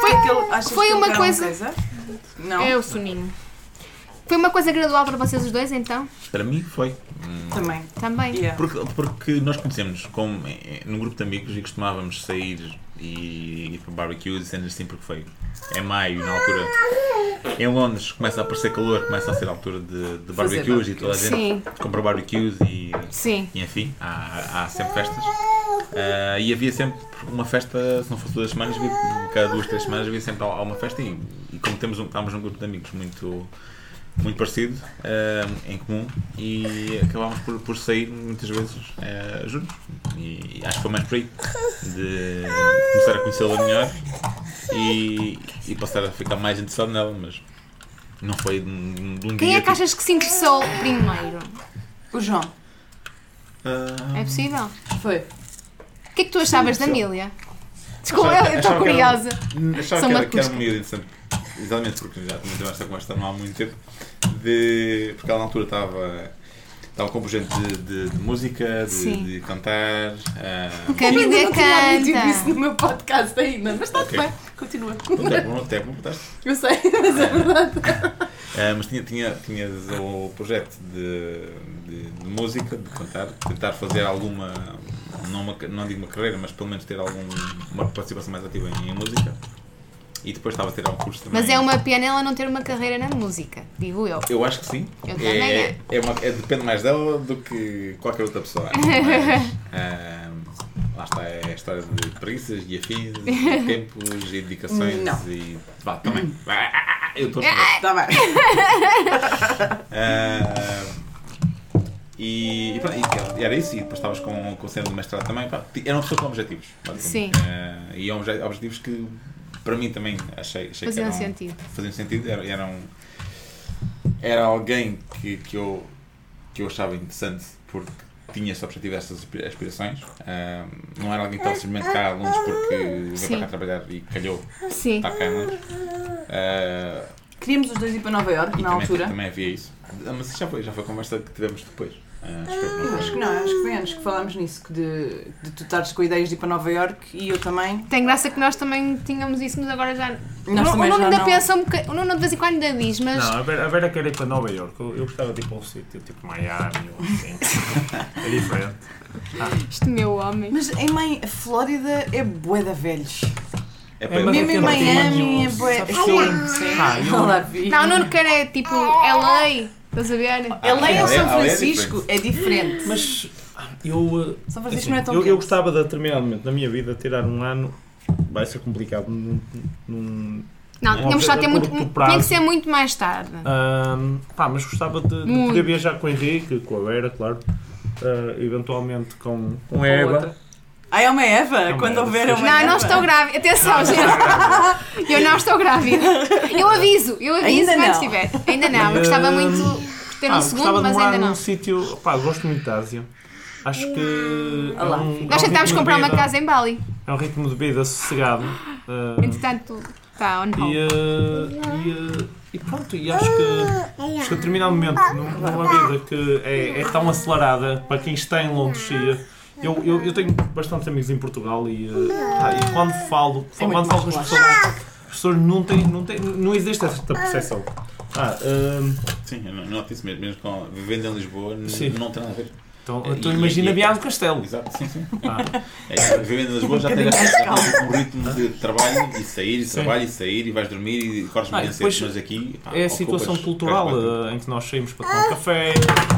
Speaker 2: Foi,
Speaker 1: Aquele- achas
Speaker 2: foi
Speaker 1: que
Speaker 2: uma
Speaker 1: ele quer
Speaker 2: coisa-
Speaker 1: Não,
Speaker 2: É o soninho. Foi uma coisa gradual para vocês os dois, então?
Speaker 3: Para mim foi.
Speaker 1: também.
Speaker 2: Também.
Speaker 1: Yeah.
Speaker 3: Porque, porque nós conhecemos como eh, num grupo de amigos e costumávamos sair e ir para barbecues e cenas assim porque foi em maio, na altura. Em Londres começa a aparecer calor, começa a ser a altura de, de barbecues e toda a gente
Speaker 2: Sim.
Speaker 3: compra barbecues e,
Speaker 2: Sim.
Speaker 3: e enfim, há, há sempre festas. Ah, e havia sempre uma festa, se não fosse todas as semanas, um havia- cada duas, três semanas havia sempre al- alguma festa e, e como temos um, estávamos num grupo de amigos muito muito parecido, eh, em comum, e acabámos por, por sair muitas vezes eh, juntos. E acho que foi mais por aí, de começar a conhecê-la melhor e, e passar a ficar mais interessado nela, mas não foi de um, de um
Speaker 2: Quem
Speaker 3: dia.
Speaker 2: é que
Speaker 3: tipo,
Speaker 2: achas que se interessou primeiro?
Speaker 1: O João.
Speaker 3: ah,
Speaker 2: É possível?
Speaker 1: Foi.
Speaker 2: O que é que tu achavas da
Speaker 3: sim.
Speaker 2: Emília? Desculpa,
Speaker 3: Achava-
Speaker 2: eu estou
Speaker 3: achava que era um-
Speaker 2: curiosa.
Speaker 3: Achava
Speaker 2: São
Speaker 3: que era,
Speaker 2: Marcos.
Speaker 3: que era um miúdo interessante. Exatamente porque já também tivemos esta conversa não há muito tempo. De, porque ela na altura estava. Estava com o projeto de, de- de música,
Speaker 1: Sim.
Speaker 3: de, de cantar. ah,
Speaker 2: Que a Emília
Speaker 1: não tinha admitido isso
Speaker 2: canta.
Speaker 1: no meu podcast ainda, mas está tudo
Speaker 3: Ok.
Speaker 1: bem. Continua.
Speaker 3: Não é bom, até é bom, botaste.
Speaker 1: Eu sei, mas é verdade.
Speaker 3: Ah, mas tinha, tinha, tinhas o projeto de, de- de música, de cantar, tentar fazer alguma, não, uma, não digo uma carreira, mas pelo menos ter alguma participação mais ativa em, em música. E depois estava a ter algum curso também.
Speaker 2: Mas é uma pena ela não ter uma carreira na música, digo eu.
Speaker 3: Eu acho que sim.
Speaker 2: Eu também
Speaker 3: é, é uma- é- depende mais dela do que qualquer outra pessoa. Mas, ahm, lá está é a história de preguiças e afins, e tempos e dedicações
Speaker 1: Não.
Speaker 3: e. Vá, também. Ah, Eu estou a chorar.
Speaker 1: Está bem.
Speaker 3: Ah, e, e pronto, e era isso, e depois estavas com, com o centro do mestrado também. Pá, ti- era uma pessoa com objetivos. basicamente.
Speaker 2: Sim.
Speaker 3: Ah, e obje- objetivos que, para mim, também achei, achei
Speaker 2: Faziam
Speaker 3: que eram,
Speaker 2: sentido.
Speaker 3: Faziam sentido. Era, era, um- era alguém que, que, eu, que eu achava interessante porque tinha esse objetivo, essas aspira- aspirações. Ah, não era alguém que estava simplesmente cá a Londres porque veio
Speaker 2: Sim.
Speaker 3: para cá trabalhar e calhou, é?
Speaker 2: Sim.
Speaker 4: Tá.
Speaker 3: está cá em Londres. Ah,
Speaker 1: Queríamos os dois ir para Nova Iorque
Speaker 3: e
Speaker 1: na
Speaker 3: também,
Speaker 1: altura.
Speaker 3: Também havia isso. Ah, Mas isso já foi, já foi a conversa que tivemos depois. Ah, espero que
Speaker 1: Eu
Speaker 3: não
Speaker 1: Acho
Speaker 3: foi.
Speaker 1: que não, acho que foi antes que falámos nisso, que de, de tu estares com ideias de ir para Nova Iorque e eu também.
Speaker 2: Tem graça que nós também tínhamos isso, mas agora já.
Speaker 1: Nós também
Speaker 2: o, Nuno- o Nuno
Speaker 1: já
Speaker 2: ainda
Speaker 1: não.
Speaker 2: pensa um bocadinho. O Nuno de vez em quando ainda diz, mas.
Speaker 4: Não, a Vera, a Vera quer ir para Nova Iorque. Eu, eu gostava de ir para um sítio tipo Miami ou <laughs> assim. é diferente.
Speaker 2: Este meu homem.
Speaker 1: Mas em Mai... a Flórida é bué da velhos.
Speaker 3: É
Speaker 4: É,
Speaker 3: para
Speaker 4: mas-
Speaker 1: Mesmo em
Speaker 4: aquilo tem
Speaker 1: Miami é
Speaker 4: uns-
Speaker 1: bué.
Speaker 4: sabes
Speaker 1: Sim,
Speaker 4: que eu-
Speaker 1: sim.
Speaker 4: Ah, eu-
Speaker 1: Olá, vi.
Speaker 2: Não, o Nuno quer é tipo LA. Estás a ver?
Speaker 1: LA
Speaker 3: Ah,
Speaker 1: ou
Speaker 3: é-
Speaker 1: São
Speaker 3: ah, é
Speaker 1: Francisco é diferente.
Speaker 4: Mas eu. eh,
Speaker 1: São Francisco
Speaker 4: assim,
Speaker 1: não é tão
Speaker 4: eu, eu
Speaker 1: quente.
Speaker 4: gostava de, a determinado momento na minha vida, tirar um ano. Vai ser complicado num. num
Speaker 2: Não,
Speaker 4: Não,
Speaker 2: tínhamos só de ter
Speaker 4: a
Speaker 2: muito. um,
Speaker 4: curto
Speaker 2: Tinha que
Speaker 4: prazo.
Speaker 2: ser muito mais tarde.
Speaker 4: ahm, um, pá, mas gostava de, de
Speaker 2: Muito.
Speaker 4: poder viajar com o Henrique, com a Vera, claro. eh, eventualmente com, com a
Speaker 1: Eva.
Speaker 4: Eva.
Speaker 1: Ah, é uma Eva?
Speaker 4: uma
Speaker 1: Quando
Speaker 4: Eva,
Speaker 1: houver
Speaker 4: sim.
Speaker 1: uma Eva.
Speaker 2: Não, não
Speaker 4: é.
Speaker 2: estou grávida. Atenção, gente. Eu não estou grávida. Eu aviso, eu aviso
Speaker 1: Ainda
Speaker 2: quando
Speaker 1: não.
Speaker 2: estiver. Ainda não, eu gostava
Speaker 4: Hum.
Speaker 2: muito de ter um
Speaker 4: Ah,
Speaker 2: segundo,
Speaker 4: gostava
Speaker 2: mas
Speaker 4: de morar
Speaker 2: ainda não.
Speaker 4: num sítio. Pá, gosto muito da Ásia. Acho que. é um
Speaker 1: Olá.
Speaker 2: Nós tentámos
Speaker 4: ritmo de
Speaker 2: comprar uma
Speaker 4: vida-
Speaker 2: casa em Bali.
Speaker 4: É um ritmo de vida sossegado. ah,
Speaker 2: Entretanto, está on
Speaker 4: e,
Speaker 2: hold.
Speaker 4: ah, e, ah, e pronto, e acho que, acho que a determinado momento, num- numa vida que é, é tão acelerada, para quem está em Londres, e, ah, eu, eu, eu tenho bastantes amigos em Portugal e, ah, pá, e quando falo,
Speaker 1: muito
Speaker 4: quando falo com as
Speaker 1: mais
Speaker 4: pessoas, as pessoas não, têm, não, têm, não existe esta percepção. Ah, ah,
Speaker 3: Sim, eu não- noto isso mesmo. Mesmo com, vivendo em Lisboa, n-
Speaker 4: Sim.
Speaker 3: não tem nada a ver.
Speaker 4: então,
Speaker 3: E-
Speaker 4: então
Speaker 3: e-
Speaker 4: imagina
Speaker 3: e-
Speaker 4: Viado do Castelo.
Speaker 3: Exato, sim, sim.
Speaker 4: Ah.
Speaker 3: É que vivendo em Lisboa já tens esta- já tens um ritmo de trabalho e sair, e
Speaker 4: Sim.
Speaker 3: trabalho e sair, e vais dormir e corres
Speaker 4: Ah, e
Speaker 3: bem cedo.
Speaker 4: depois
Speaker 3: Mas aqui. pá,
Speaker 4: É a
Speaker 3: ocupas-
Speaker 4: situação
Speaker 3: Ah, ocupas
Speaker 4: cultural
Speaker 3: bastante.
Speaker 4: ah, em que nós saímos para tomar um café.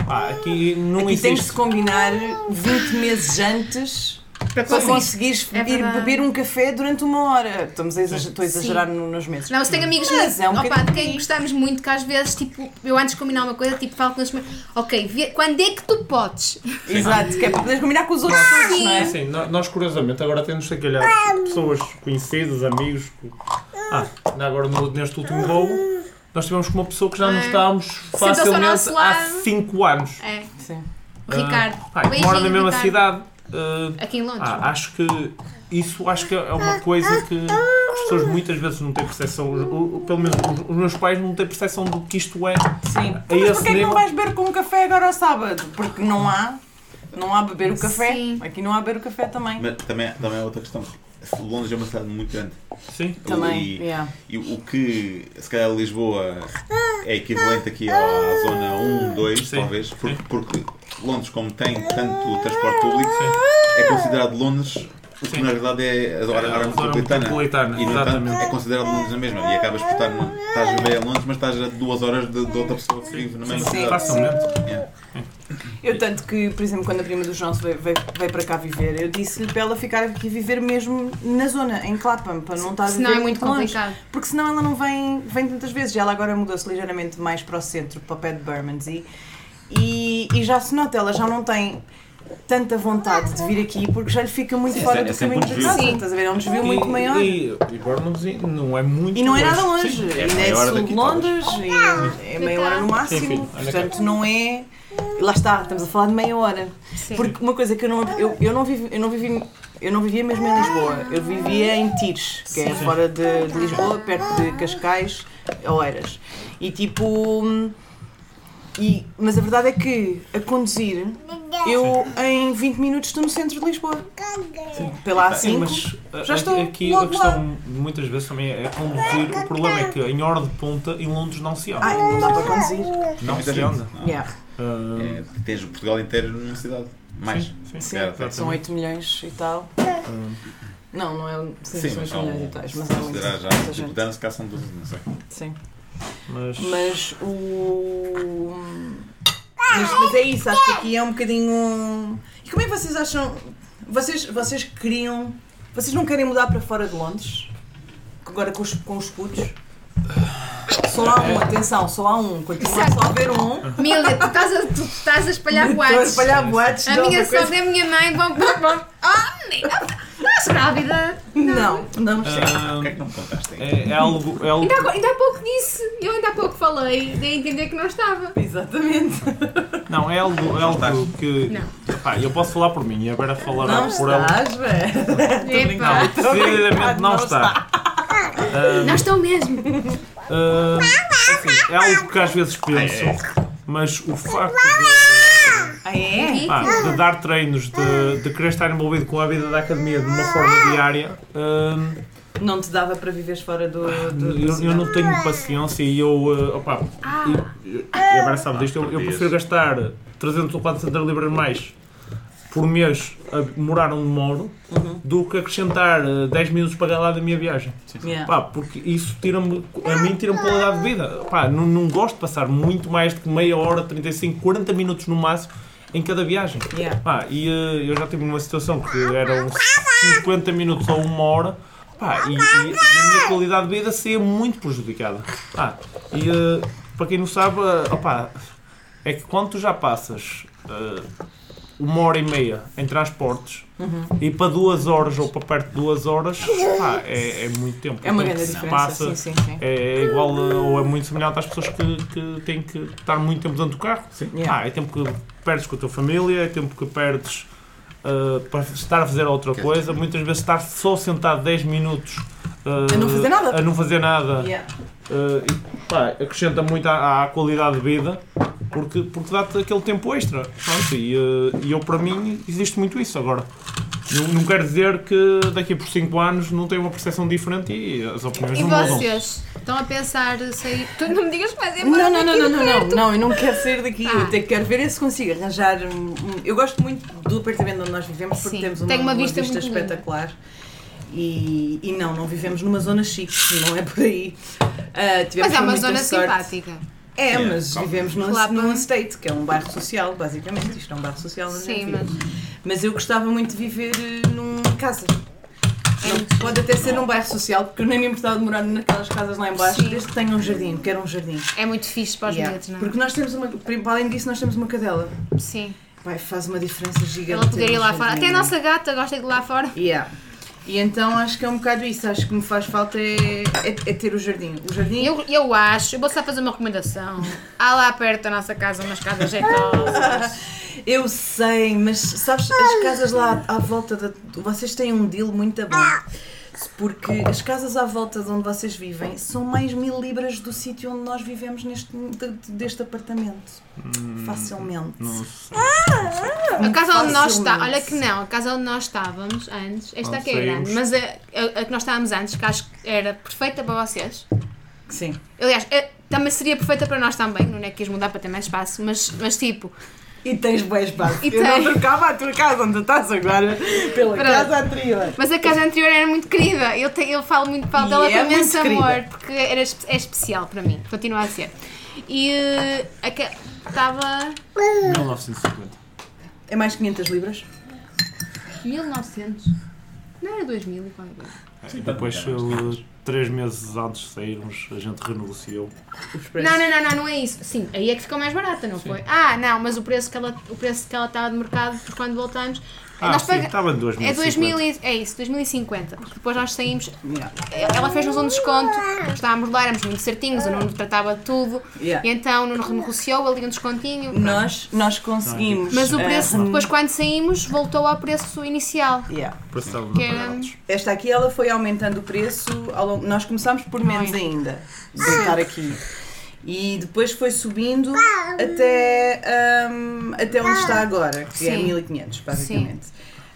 Speaker 4: Pá, aqui não
Speaker 1: Aqui tem É que se
Speaker 4: existe.
Speaker 1: combinar 20 meses antes para
Speaker 2: Para conseguir.
Speaker 1: conseguires
Speaker 2: É
Speaker 1: ir
Speaker 2: verdade.
Speaker 1: beber um café durante uma hora. Estamos a exager- Estou a exagerar no- nos meses.
Speaker 2: Não, mas tenho amigos
Speaker 1: Mas
Speaker 2: meus,
Speaker 1: é um
Speaker 2: opa,
Speaker 1: bocadinho
Speaker 2: de quem gostamos muito, que às vezes, tipo, eu antes de combinar uma coisa, tipo, falo com eles, mas, ok, vê- quando é que tu podes?
Speaker 1: Exato, que é para poderes combinar com os outros todos, não
Speaker 4: É
Speaker 1: é?
Speaker 4: assim, nó- nós curiosamente agora temos que calhar pessoas conhecidas, amigos. co- Ah, ainda agora no, neste último voo, nós tivemos com uma pessoa que já não
Speaker 2: É.
Speaker 4: estávamos
Speaker 2: ao
Speaker 4: facilmente
Speaker 2: nosso
Speaker 4: há
Speaker 2: lado.
Speaker 4: 5 anos.
Speaker 2: É,
Speaker 1: Sim.
Speaker 2: o Ricardo,
Speaker 4: Ah, pá, e que
Speaker 2: beijinho,
Speaker 4: mora na mesma
Speaker 2: Ricardo.
Speaker 4: cidade. Ah,
Speaker 1: É
Speaker 2: aqui em Londres.
Speaker 4: ah, acho que isso acho que é uma coisa que as pessoas muitas vezes não têm percepção, o- o- pelo menos os- os meus pais não têm percepção do que isto é.
Speaker 1: Sim.
Speaker 4: A
Speaker 1: Mas
Speaker 4: esse
Speaker 1: porquê é que
Speaker 4: nível-
Speaker 1: não vais beber com um café agora ao sábado? Porque não há. Não há beber o café.
Speaker 2: Sim.
Speaker 1: Aqui não há beber o café também.
Speaker 3: Mas também, também é outra questão. Londres é uma cidade muito grande.
Speaker 4: Sim.
Speaker 1: Também,
Speaker 3: E-
Speaker 1: yeah.
Speaker 3: E o que, se calhar, Lisboa é equivalente aqui à zona 1, 2,
Speaker 4: Sim.
Speaker 3: talvez,
Speaker 4: Sim.
Speaker 3: porque, porque Londres, como tem tanto transporte público, é considerado Londres O que na realidade é a hora, a
Speaker 4: É, a hora
Speaker 3: hora metropolitana.
Speaker 4: metropolitana,
Speaker 3: E no entanto
Speaker 4: exatamente.
Speaker 3: é considerado Londres na mesma. E acabas por estar numa. Estás bem a Londres, mas estás a duas horas de, de outra pessoa que vive na mesma
Speaker 1: Sim.
Speaker 3: cidade.
Speaker 4: Facilmente.
Speaker 3: Yeah.
Speaker 1: Eu tanto que, por exemplo, quando a prima dos nossos veio, veio, veio para cá viver, eu disse-lhe para ela ficar aqui a viver mesmo na zona, em Clapham, para não estar a viver
Speaker 2: Senão é muito
Speaker 1: longe.
Speaker 2: complicado.
Speaker 1: Porque senão ela não vem, vem tantas vezes. Ela agora mudou-se ligeiramente mais para o centro, para o pé de Bermondsey. E, e já se nota, ela já não tem tanta vontade de vir aqui porque já lhe fica muito
Speaker 3: Sim,
Speaker 1: fora
Speaker 3: é
Speaker 1: do caminho
Speaker 3: sempre um
Speaker 1: da
Speaker 3: desvio.
Speaker 1: casa.
Speaker 2: Sim.
Speaker 1: Estás a ver? É um desvio muito
Speaker 4: E-
Speaker 1: maior. E,
Speaker 4: E, e Bournemouth não é muito
Speaker 1: não é nada longe.
Speaker 4: Sim.
Speaker 3: é
Speaker 1: Ainda é,
Speaker 3: maior
Speaker 1: sul
Speaker 3: daqui,
Speaker 1: de Londres, e é meia hora no máximo.
Speaker 4: Sim, filho, olha cá.
Speaker 1: portanto, não é. Lá está, estamos a falar de meia hora.
Speaker 2: Sim.
Speaker 1: Porque uma coisa que eu não, eu, eu não vivi, eu não vivi, eu não vivia mesmo em Lisboa, eu vivia em Tires, que é fora de, de Lisboa, perto de Cascais, Oeiras. E tipo, hum, e, mas a verdade é que a conduzir, eu em 20 minutos estou no centro de Lisboa. Pela A5.
Speaker 4: Ah, Sim, mas
Speaker 1: já
Speaker 4: a-
Speaker 1: estou
Speaker 4: aqui
Speaker 1: logo
Speaker 4: a questão muitas vezes também é conduzir. O problema é que em hora de ponta em Londres não se anda.
Speaker 1: Ai, não dá para conduzir.
Speaker 4: não
Speaker 3: Muita
Speaker 4: se
Speaker 3: gente.
Speaker 4: anda.
Speaker 3: Não.
Speaker 1: Yeah,
Speaker 4: Ah,
Speaker 3: É, tens o Portugal inteiro numa cidade. Mais.
Speaker 4: Sim, sim.
Speaker 1: sim,
Speaker 3: Claro, claro.
Speaker 1: são 8 milhões e tal.
Speaker 4: ah,
Speaker 1: Não, não é. Sim, são
Speaker 3: Sim, mas
Speaker 1: 8
Speaker 3: são.
Speaker 1: milhões e tal, mas é muito.
Speaker 3: Considerar já.
Speaker 1: muita gente.
Speaker 3: Deputados, cá são 12, não sei.
Speaker 1: Sim.
Speaker 4: mas,
Speaker 1: Mas o. Mas, mas é isso, acho que aqui é um bocadinho. E como é que vocês acham. Vocês, vocês queriam. Vocês não querem mudar para fora de Londres? Agora com os, com os putos? Só há um, atenção, só há um. Continua só a haver um.
Speaker 2: Milda, tu estás a, tu estás a espalhar
Speaker 1: Estou a
Speaker 2: boatos.
Speaker 1: espalhar boates. de
Speaker 2: A minha
Speaker 1: alguma coisa.
Speaker 2: sogra e a minha mãe vão. vão- vão- Oh, menina! Estás grávida!
Speaker 1: Não, não sei.
Speaker 4: ah,
Speaker 3: Porquê é que não me contaste ainda?
Speaker 4: é, é algo. É algo
Speaker 2: Ainda, há- ainda há pouco disse, eu ainda há pouco falei, dei a entender que não estava.
Speaker 1: Exatamente.
Speaker 4: não, é algo, é algo que. Pá, eu posso falar por mim e a Vera falará
Speaker 1: Não
Speaker 4: por ela.
Speaker 1: estás, velho.
Speaker 2: <laughs> Epá.
Speaker 4: Decididamente não está. Ah,
Speaker 2: Não estão mesmo.
Speaker 4: Ah, assim, é algo que às vezes penso,
Speaker 3: É.
Speaker 4: mas o facto de,
Speaker 1: Ah, é?
Speaker 4: pá, de dar treinos, de, de querer estar envolvido com a vida da academia de uma forma diária, hum,
Speaker 1: Não te dava para viveres fora do. do, do
Speaker 4: Ah, eu, eu não tenho paciência e eu. ah, opá, e, e agora sabe disto, eu, eu prefiro gastar 300 ou 400 libras mais por mês a morar onde moro do que acrescentar ah, 10 minutos para lá da minha viagem.
Speaker 1: Yeah.
Speaker 4: Pá, porque isso tira-me, a mim tira-me qualidade de vida. Pá, não, não gosto de passar muito mais de que meia hora, 35, 40 minutos no máximo em cada viagem.
Speaker 1: Yeah.
Speaker 4: Pá, e eh, eu já tive uma situação que eram 50 minutos ou uma hora. Pá, e, e- e a minha qualidade de vida seria muito prejudicada. Pá, e eh, para quem não sabe, eh, opá, é que quando tu já passas eh, uma hora e meia em transportes
Speaker 1: Uhum.
Speaker 4: e para duas horas ou para perto de duas horas, pá, é, é muito tempo.
Speaker 1: É uma
Speaker 4: O
Speaker 1: grande
Speaker 4: tempo que se
Speaker 1: diferença.
Speaker 4: passa
Speaker 1: Sim, sim, sim.
Speaker 4: É igual eh, ou é muito semelhante às pessoas que, que têm que estar muito tempo dentro do carro.
Speaker 1: Yeah.
Speaker 4: Pá, é tempo que perdes com a tua família, é tempo que perdes eh, para estar a fazer outra coisa. Muitas vezes estar só sentado 10 minutos. eh,
Speaker 1: A não fazer nada.
Speaker 4: a não fazer nada,
Speaker 1: Yeah.
Speaker 4: eh, e, pá, acrescenta muito à, à qualidade de vida porque, porque dá-te aquele tempo extra. Pronto, e, eh, e eu, para mim, existe muito isso agora. Não, não quero dizer que daqui por 5 anos não tenho uma percepção diferente e as opiniões
Speaker 2: E
Speaker 4: não mudam.
Speaker 2: vocês? Estão a pensar de sair. Tu não me digas que vais embora
Speaker 1: Não, não, não,
Speaker 2: daqui
Speaker 1: não,
Speaker 2: do
Speaker 1: não, não,
Speaker 2: quarto.
Speaker 1: não, eu não quero sair daqui.
Speaker 2: Ah.
Speaker 1: Eu até quero ver se consigo arranjar. um- um- Eu gosto muito do apartamento onde nós vivemos porque
Speaker 2: Sim,
Speaker 1: temos uma,
Speaker 2: tem uma vista muito linda.
Speaker 1: espetacular. E, e não, não vivemos numa zona chique, não é por aí. Ah, tivemos
Speaker 2: Mas é uma
Speaker 1: muita
Speaker 2: zona
Speaker 1: sorte.
Speaker 2: simpática.
Speaker 1: É,
Speaker 3: Yeah,
Speaker 1: mas
Speaker 3: calma.
Speaker 1: vivemos num,
Speaker 2: Claro.
Speaker 1: num state, que é um bairro social, basicamente. Isto é um bairro social onde
Speaker 2: Sim,
Speaker 1: eu
Speaker 2: mas.
Speaker 1: vivo. Mas eu gostava muito de viver eh, numa casa.
Speaker 2: É
Speaker 1: Não, pode até ser num bairro social, porque eu nem me importava de morar naquelas casas lá embaixo,
Speaker 2: Sim.
Speaker 1: desde que tenha um jardim, quero um jardim.
Speaker 2: É muito fixe para os
Speaker 1: Yeah.
Speaker 2: miúdos, não é?
Speaker 1: Porque nós temos uma. Para além disso, nós temos uma cadela.
Speaker 2: Sim.
Speaker 1: Vai, faz uma diferença gigante.
Speaker 2: Ela poder ir lá
Speaker 1: termos
Speaker 2: fora. Até a
Speaker 1: jardim. é?
Speaker 2: nossa gata gosta de ir lá fora.
Speaker 1: Yeah. E então acho que é um bocado isso. Acho que me faz falta é, é- é ter o jardim. O jardim.
Speaker 2: Eu, eu acho, eu vou só fazer uma recomendação. Há lá perto da nossa casa umas casas jeitosas.
Speaker 1: <laughs> Eu sei, mas sabes, as casas lá à volta da. Vocês têm um deal muito bom. Porque as casas à volta de onde vocês vivem são mais mil libras do sítio onde nós vivemos neste, de- de- deste apartamento. Hum, Facilmente.
Speaker 4: Não sei.
Speaker 2: A casa onde nós está,
Speaker 1: Facilmente.
Speaker 2: olha que não, a casa onde nós estávamos antes, esta
Speaker 4: Onde
Speaker 2: aqui é grande,
Speaker 4: saímos.
Speaker 2: mas a, a- a que nós estávamos antes, que acho que era perfeita para vocês.
Speaker 1: Sim.
Speaker 2: Aliás, é- também seria perfeita para nós também, não é que quis mudar para ter mais espaço, mas, mas tipo,
Speaker 1: E tens boa espaço.
Speaker 2: E
Speaker 1: eu
Speaker 2: tens.
Speaker 1: não trocava a tua casa onde tu estás agora pela
Speaker 2: Pronto.
Speaker 1: casa anterior.
Speaker 2: Mas a casa anterior era muito querida. Eu, te, eu falo muito
Speaker 1: E
Speaker 2: mal dela
Speaker 1: é
Speaker 2: com imenso
Speaker 1: muito querida.
Speaker 2: amor, porque era, espe- é especial para mim. Continua a ser. E eh, aque- estava.
Speaker 4: 1950.
Speaker 1: É mais 500 libras?
Speaker 2: 1900. Não era 2000 e qualquer coisa.
Speaker 4: Depois, eh, três meses antes de sairmos, a gente renegociou.
Speaker 2: Não, não, não, não, não é isso. Sim, aí é que ficou mais barata, não foi? Ah, não, mas o preço que ela o preço que ela estava de mercado por quando voltamos.
Speaker 4: Ah,
Speaker 2: nós
Speaker 4: sim,
Speaker 1: tá.
Speaker 2: paga-
Speaker 4: estava em
Speaker 2: É 2000
Speaker 4: 2050.
Speaker 2: e- é isso, 2050. Porque depois nós saímos.
Speaker 1: Yeah.
Speaker 2: Ela fez-nos um desconto, estávamos lá, éramos muito certinhos, o Nuno tratava de tudo.
Speaker 1: Yeah.
Speaker 2: E então o Nuno renegociou ali um descontinho.
Speaker 1: Nós, nós conseguimos.
Speaker 2: Mas o
Speaker 1: eh,
Speaker 2: preço, depois quando saímos, voltou ao preço inicial.
Speaker 1: yeah.
Speaker 4: Por isso estávamos
Speaker 2: Que-
Speaker 4: apagados.
Speaker 1: Esta aqui ela foi aumentando o preço ao longo. Nós começámos por menos ainda de estar aqui. E depois foi subindo até, hum, até onde está agora, que é
Speaker 2: Sim.
Speaker 1: 1500, basicamente.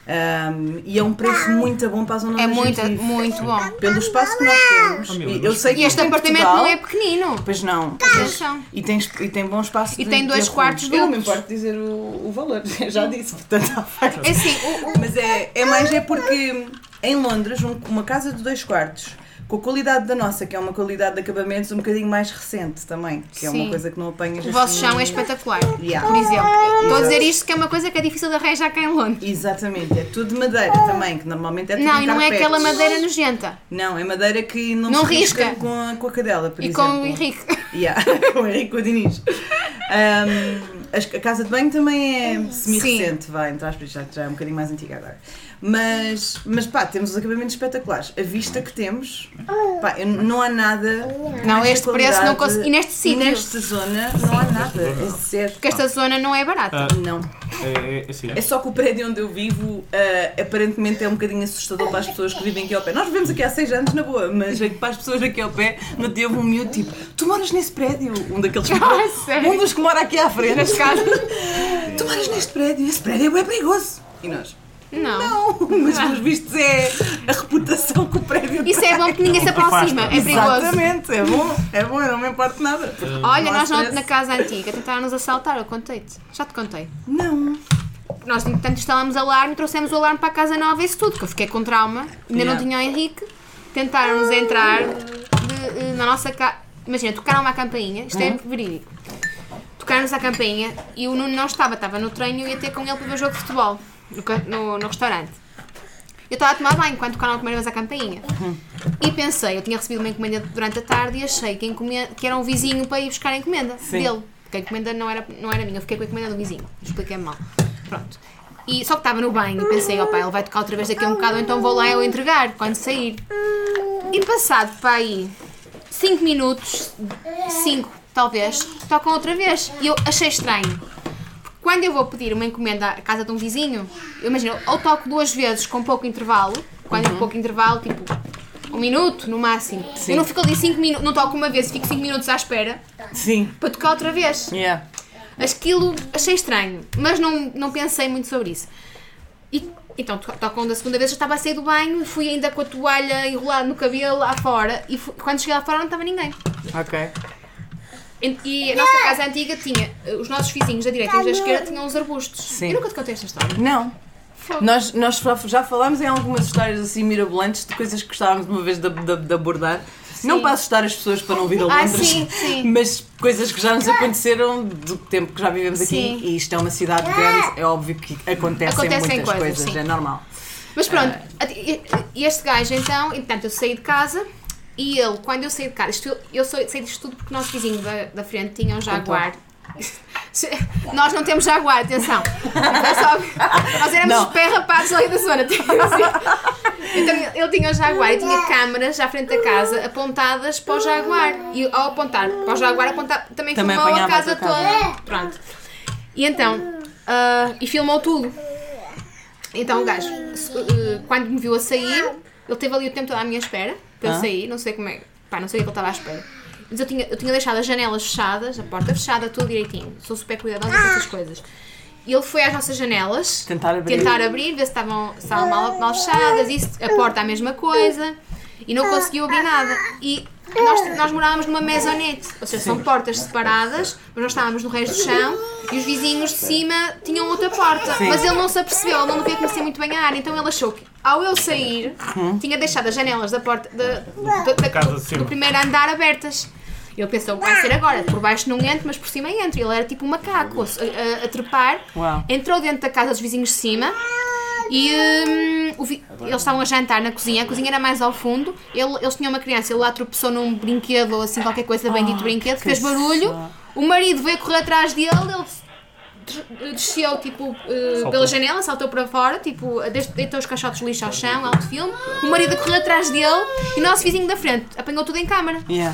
Speaker 1: Hum, e é um preço muito bom para a zona
Speaker 2: É
Speaker 1: onde a
Speaker 2: muito,
Speaker 1: gente vive.
Speaker 2: muito bom.
Speaker 1: Pelo espaço que nós
Speaker 4: Ah,
Speaker 1: temos.
Speaker 4: meu
Speaker 1: E
Speaker 4: Deus.
Speaker 1: eu sei que
Speaker 2: E este
Speaker 1: em
Speaker 2: apartamento
Speaker 1: Portugal-
Speaker 2: não é pequenino.
Speaker 1: Pois não.
Speaker 2: Atenção.
Speaker 1: E tem, esp- e tem bom espaço.
Speaker 2: E tem dois
Speaker 1: arrumo.
Speaker 2: quartos
Speaker 1: Eu não me
Speaker 2: duplos.
Speaker 1: importo dizer o, o valor, <laughs> já disse, portanto está
Speaker 4: <laughs>
Speaker 1: feito.
Speaker 2: É assim, o- o-
Speaker 1: Mas é, é mais é porque em Londres, um- uma casa de dois quartos, com a qualidade da nossa, que é uma qualidade de acabamentos um bocadinho mais recente também, que é uma
Speaker 2: Sim.
Speaker 1: coisa que não apanhas
Speaker 2: o vosso
Speaker 1: assim-
Speaker 2: chão é espetacular.
Speaker 1: Yeah.
Speaker 2: Por exemplo, estou a dizer
Speaker 1: Exato.
Speaker 2: isto que é uma coisa que é difícil de arranjar cá em Londres.
Speaker 1: Exatamente, é tudo de madeira também, que normalmente é tudo
Speaker 2: Não,
Speaker 1: em
Speaker 2: e não é
Speaker 1: carpetes.
Speaker 2: aquela madeira nojenta.
Speaker 1: Não, é madeira que não,
Speaker 2: Não
Speaker 1: se risca,
Speaker 2: risca.
Speaker 1: com, a, com a cadela, por
Speaker 2: E com
Speaker 1: exemplo.
Speaker 2: o Henrique.
Speaker 1: Yeah, <laughs> com o Henrique com o Diniz. Um, as- a casa de banho também é semi-recente, vai, entre aspas, já, já é um bocadinho mais antiga agora. Mas, mas pá, temos os acabamentos espetaculares. A vista que temos, pá, eu- não há nada.
Speaker 2: Ah. Não,
Speaker 1: desta
Speaker 2: este preço não
Speaker 1: qualidade.
Speaker 2: consigo. E neste sítio.
Speaker 1: Nesta zona não há nada. É certo.
Speaker 2: Porque esta zona não é barata.
Speaker 4: Ah.
Speaker 1: Não.
Speaker 4: É, é, é assim.
Speaker 1: É só que o prédio onde eu vivo ah, aparentemente é um bocadinho assustador para as pessoas que vivem aqui ao pé. Nós vivemos aqui há seis anos, na boa, mas é que para as pessoas aqui ao pé não teve um miúdo tipo: Tu moras nesse prédio? Um daqueles
Speaker 2: <laughs>
Speaker 1: que mora-
Speaker 2: Ah, sério?
Speaker 1: Um dos que mora aqui à frente.
Speaker 2: Nas casas.
Speaker 1: Tu moras neste prédio? Esse prédio é bué perigoso. E nós?
Speaker 2: Não.
Speaker 1: Não, mas pelos vistos é a reputação que o prédio tem.
Speaker 2: Ah. Isso é bom que ninguém se aproxima. É perigoso.
Speaker 1: Exatamente, é bom, é bom, eu não me importo de nada.
Speaker 2: Olha,
Speaker 1: Não há
Speaker 2: nós na,
Speaker 1: stress.
Speaker 2: na casa antiga tentaram-nos assaltar, eu contei-te. Já te contei.
Speaker 1: Não.
Speaker 2: Nós, entretanto, instalámos alarme, trouxemos o alarme para a casa nova, isso tudo, que eu fiquei com trauma. Ainda
Speaker 1: Yeah.
Speaker 2: não tinha o Henrique. Tentaram-nos entrar de- eh, na nossa casa. Imagina, tocaram-me à campainha, isto é verídico. Tocaram-nos à campainha e o Nuno não estava, estava no treino e eu ia ter com ele para ver o jogo de futebol, no, ca- no- no restaurante. Eu estava a tomar banho quando tocaram a primeira vez à campainha. E pensei, eu tinha recebido uma encomenda durante a tarde e achei que, a encomenda- que era um vizinho para ir buscar a encomenda dele. Porque a encomenda não era, não era minha, eu fiquei com a encomenda do vizinho. Expliquei-me mal. Pronto. E só que estava no banho e pensei, opa, ele vai tocar outra vez daqui a um bocado, ou então vou lá eu entregar quando sair. E passado para aí 5 minutos, 5 talvez, tocam outra vez. E eu achei estranho. Porque Quando eu vou pedir uma encomenda à casa de um vizinho, eu imagino, ou toco duas vezes com pouco intervalo, quando
Speaker 1: Uhum.
Speaker 2: com pouco intervalo, tipo um minuto no máximo. Eu não fico ali 5 minutos, não toco uma vez, fico 5 minutos à espera
Speaker 1: Sim.
Speaker 2: para tocar outra vez.
Speaker 1: Yeah.
Speaker 2: Aquilo achei estranho, mas não, não pensei muito sobre isso. E, então, to- tocam da segunda vez, eu estava a sair do banho, fui ainda com a toalha enrolada no cabelo lá fora, e fu- quando cheguei lá fora não estava ninguém.
Speaker 1: Ok.
Speaker 2: E- E a nossa casa antiga tinha, eh, os nossos vizinhos da direita e da esquerda tinham uns arbustos.
Speaker 1: Sim.
Speaker 2: Eu nunca te contei esta história.
Speaker 1: Não.
Speaker 2: Fogo.
Speaker 1: Nós, nós já- já falámos em algumas histórias assim mirabolantes de coisas que gostávamos uma vez de, de- de abordar. Não para assustar as pessoas para não vir a
Speaker 2: Ah,
Speaker 1: Londres,
Speaker 2: sim, sim.
Speaker 1: mas coisas que já nos aconteceram do tempo que já vivemos aqui.
Speaker 2: Sim.
Speaker 1: E isto é uma cidade grande, é óbvio que acontecem,
Speaker 2: Acontecem
Speaker 1: muitas
Speaker 2: coisas,
Speaker 1: coisas,
Speaker 2: sim.
Speaker 1: é normal.
Speaker 2: Mas pronto,
Speaker 1: Ah.
Speaker 2: e- e este gajo então, entretanto, eu saí de casa e ele, quando eu saí de casa, isto- eu sou- saí disto tudo porque o nosso vizinho da, da frente tinha um jaguar. Se- Nós não temos jaguar, atenção. É só- nós éramos
Speaker 1: Não.
Speaker 2: os pé rapazes ali da zona. tenho que dizer. Então, ele- ele tinha um jaguar e tinha câmaras à frente da casa apontadas para o jaguar. E ao apontar para o jaguar, apontar, também,
Speaker 1: Também
Speaker 2: filmou a
Speaker 1: apanhavas
Speaker 2: casa,
Speaker 1: a casa.
Speaker 2: toda. Pronto. E então, ah, e filmou tudo. Então o gajo, se- eh, quando me viu a sair, ele teve ali o tempo todo à minha espera, para eu sair, não sei como é, pá, não sei o que ele estava à espera. Mas eu tinha, eu tinha deixado as janelas fechadas, a porta fechada, tudo direitinho. Sou super cuidadosa com essas coisas. E ele foi às nossas janelas,
Speaker 1: Tentar abrir.
Speaker 2: tentar abrir, ver se estavam, se estavam mal, mal fechadas, isso, a porta a mesma coisa, e não conseguiu abrir nada. E Nós, nós morávamos numa maisonette, ou seja, são portas separadas, mas nós estávamos no resto do chão e os vizinhos de cima tinham outra porta.
Speaker 1: Sim.
Speaker 2: Mas ele não se apercebeu, ele não devia conhecer muito bem a área, então ele achou que ao eu sair, tinha deixado as janelas da porta da- da- da-
Speaker 4: Casa de
Speaker 2: do-
Speaker 4: cima.
Speaker 2: do primeiro andar abertas. Ele pensou, vai ser agora, por baixo não entro, mas por cima entro. Ele era tipo um macaco a, a- a trepar.
Speaker 1: Uau.
Speaker 2: Entrou dentro da casa dos vizinhos de cima e hum, o vi- eles estavam a jantar na cozinha. A cozinha era mais ao fundo. Ele- eles tinham uma criança, ele lá tropeçou num brinquedo ou assim, qualquer coisa, bendito brinquedo, fez barulho.
Speaker 1: só.
Speaker 2: O marido veio correr atrás dele, ele des- desceu tipo eh, pela janela, saltou para fora, tipo, des- deitou os caixotes de lixo ao chão, alto filme. O marido correu atrás dele e o nosso vizinho da frente apanhou tudo em câmara.
Speaker 1: Yeah.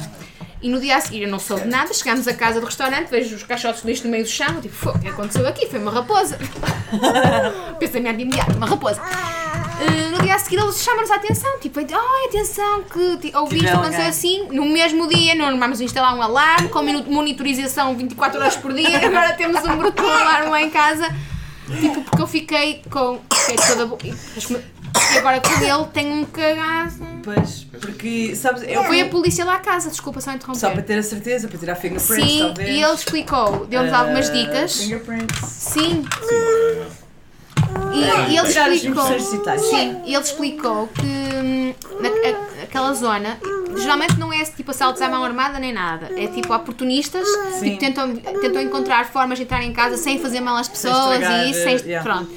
Speaker 2: E no dia a seguir eu não soube nada, chegámos à casa do restaurante, vejo os caixotes de lixo no meio do chão, eu tipo, "Fogo, o que aconteceu aqui? Foi
Speaker 1: <laughs>
Speaker 2: uma raposa. Pensei-me de imediato, uma raposa. Eh, no dia a seguir eles chamam-nos a atenção, tipo, ai, atenção, que ti- ouviste,
Speaker 1: Tiveram
Speaker 2: aconteceu
Speaker 1: alguém.
Speaker 2: assim. No mesmo dia, nós vamos instalar um alarme com minu- monitorização 24 horas por dia, <laughs> agora temos um brutal alarme lá em casa. Tipo, porque eu fiquei com. Fiquei toda. bo- E e agora com ele tenho um cagaço.
Speaker 1: Pois, porque, sabes, eu
Speaker 2: Foi a polícia lá à casa, desculpa só interromper.
Speaker 1: só para ter a certeza, para tirar fingerprints,
Speaker 2: Sim,
Speaker 1: talvez.
Speaker 2: e ele explicou, deu-nos algumas
Speaker 1: Ah,
Speaker 2: dicas.
Speaker 1: Fingerprints.
Speaker 2: Sim,
Speaker 3: Sim,
Speaker 2: e, e
Speaker 1: Tirar
Speaker 2: ele
Speaker 1: os
Speaker 2: explicou.
Speaker 1: impressores digitais.
Speaker 2: Sim, e ele explicou que hum, na, a- aquela zona geralmente não é tipo assaltos à mão armada nem nada. É tipo oportunistas
Speaker 1: Sim.
Speaker 2: que tipo, tentam, tentam encontrar formas de entrar em casa sem fazer mal às pessoas
Speaker 1: estragar, eh,
Speaker 2: e isso, sem.
Speaker 1: yeah.
Speaker 2: Pronto.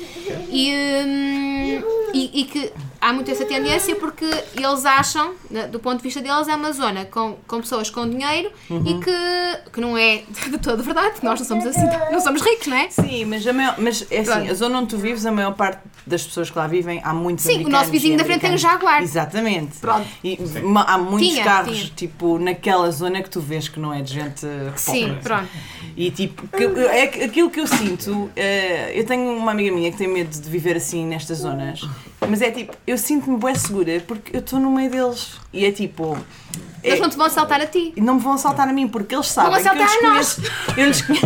Speaker 2: E, hum, e, e que há muito essa tendência porque eles acham, na- do ponto de vista deles, é uma zona com, com pessoas com dinheiro
Speaker 1: Uhum.
Speaker 2: e que, que não é de todo verdade, porque nós não somos assim, não somos ricos, não é?
Speaker 1: Sim, mas, a maior, mas é assim,
Speaker 2: Pronto.
Speaker 1: a zona onde tu vives, a maior parte das pessoas que lá vivem, há muitos
Speaker 2: Sim, o nosso
Speaker 1: americanos
Speaker 2: vizinho
Speaker 1: e
Speaker 2: da frente tem um
Speaker 1: americanas.
Speaker 2: Jaguar.
Speaker 1: Exatamente.
Speaker 2: Pronto.
Speaker 1: E ma- há muitos
Speaker 2: Tinha,
Speaker 1: carros,
Speaker 2: tinha.
Speaker 1: tipo, naquela zona que tu vês que não é de gente pobre.
Speaker 2: Sim, pronto.
Speaker 1: E tipo, que-
Speaker 2: Hum.
Speaker 1: é que- aquilo que eu sinto, eh, eu tenho uma amiga minha que tem medo de viver assim nestas zonas, mas é tipo, eu sinto-me bem segura porque eu estou no meio deles. E é tipo.
Speaker 2: Eles
Speaker 1: é-
Speaker 2: não te vão assaltar a ti.
Speaker 1: e não me vão assaltar a mim, porque eles sabem que eu
Speaker 2: assaltar
Speaker 1: lhes
Speaker 2: a nós.
Speaker 1: conheço. Eu lhes
Speaker 2: <laughs>
Speaker 1: conheço.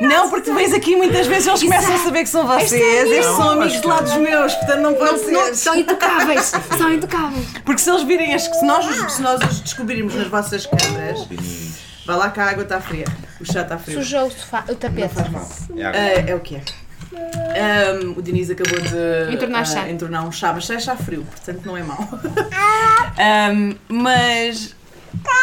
Speaker 1: não, porque tu vens aqui muitas vezes eles começam a saber que
Speaker 2: é
Speaker 1: são vocês, estes são amigos de lá dos meus, portanto não pode ser.
Speaker 2: Não,
Speaker 1: <laughs>
Speaker 2: são intocáveis, são intocáveis.
Speaker 1: Porque se eles virem, as, se, nós, os- se nós os descobrirmos nas vossas câmaras,
Speaker 4: É,
Speaker 1: vá lá que a água está fria, o chá está frio.
Speaker 2: Sujou o, sofá, o tapete.
Speaker 3: é água.
Speaker 1: Ah, é o que é. Ahm, o Diniz acabou de
Speaker 2: Entornar
Speaker 1: ah,
Speaker 2: chá.
Speaker 1: entornar um chá, mas já é chá frio, portanto não é mau. Ahm, mas.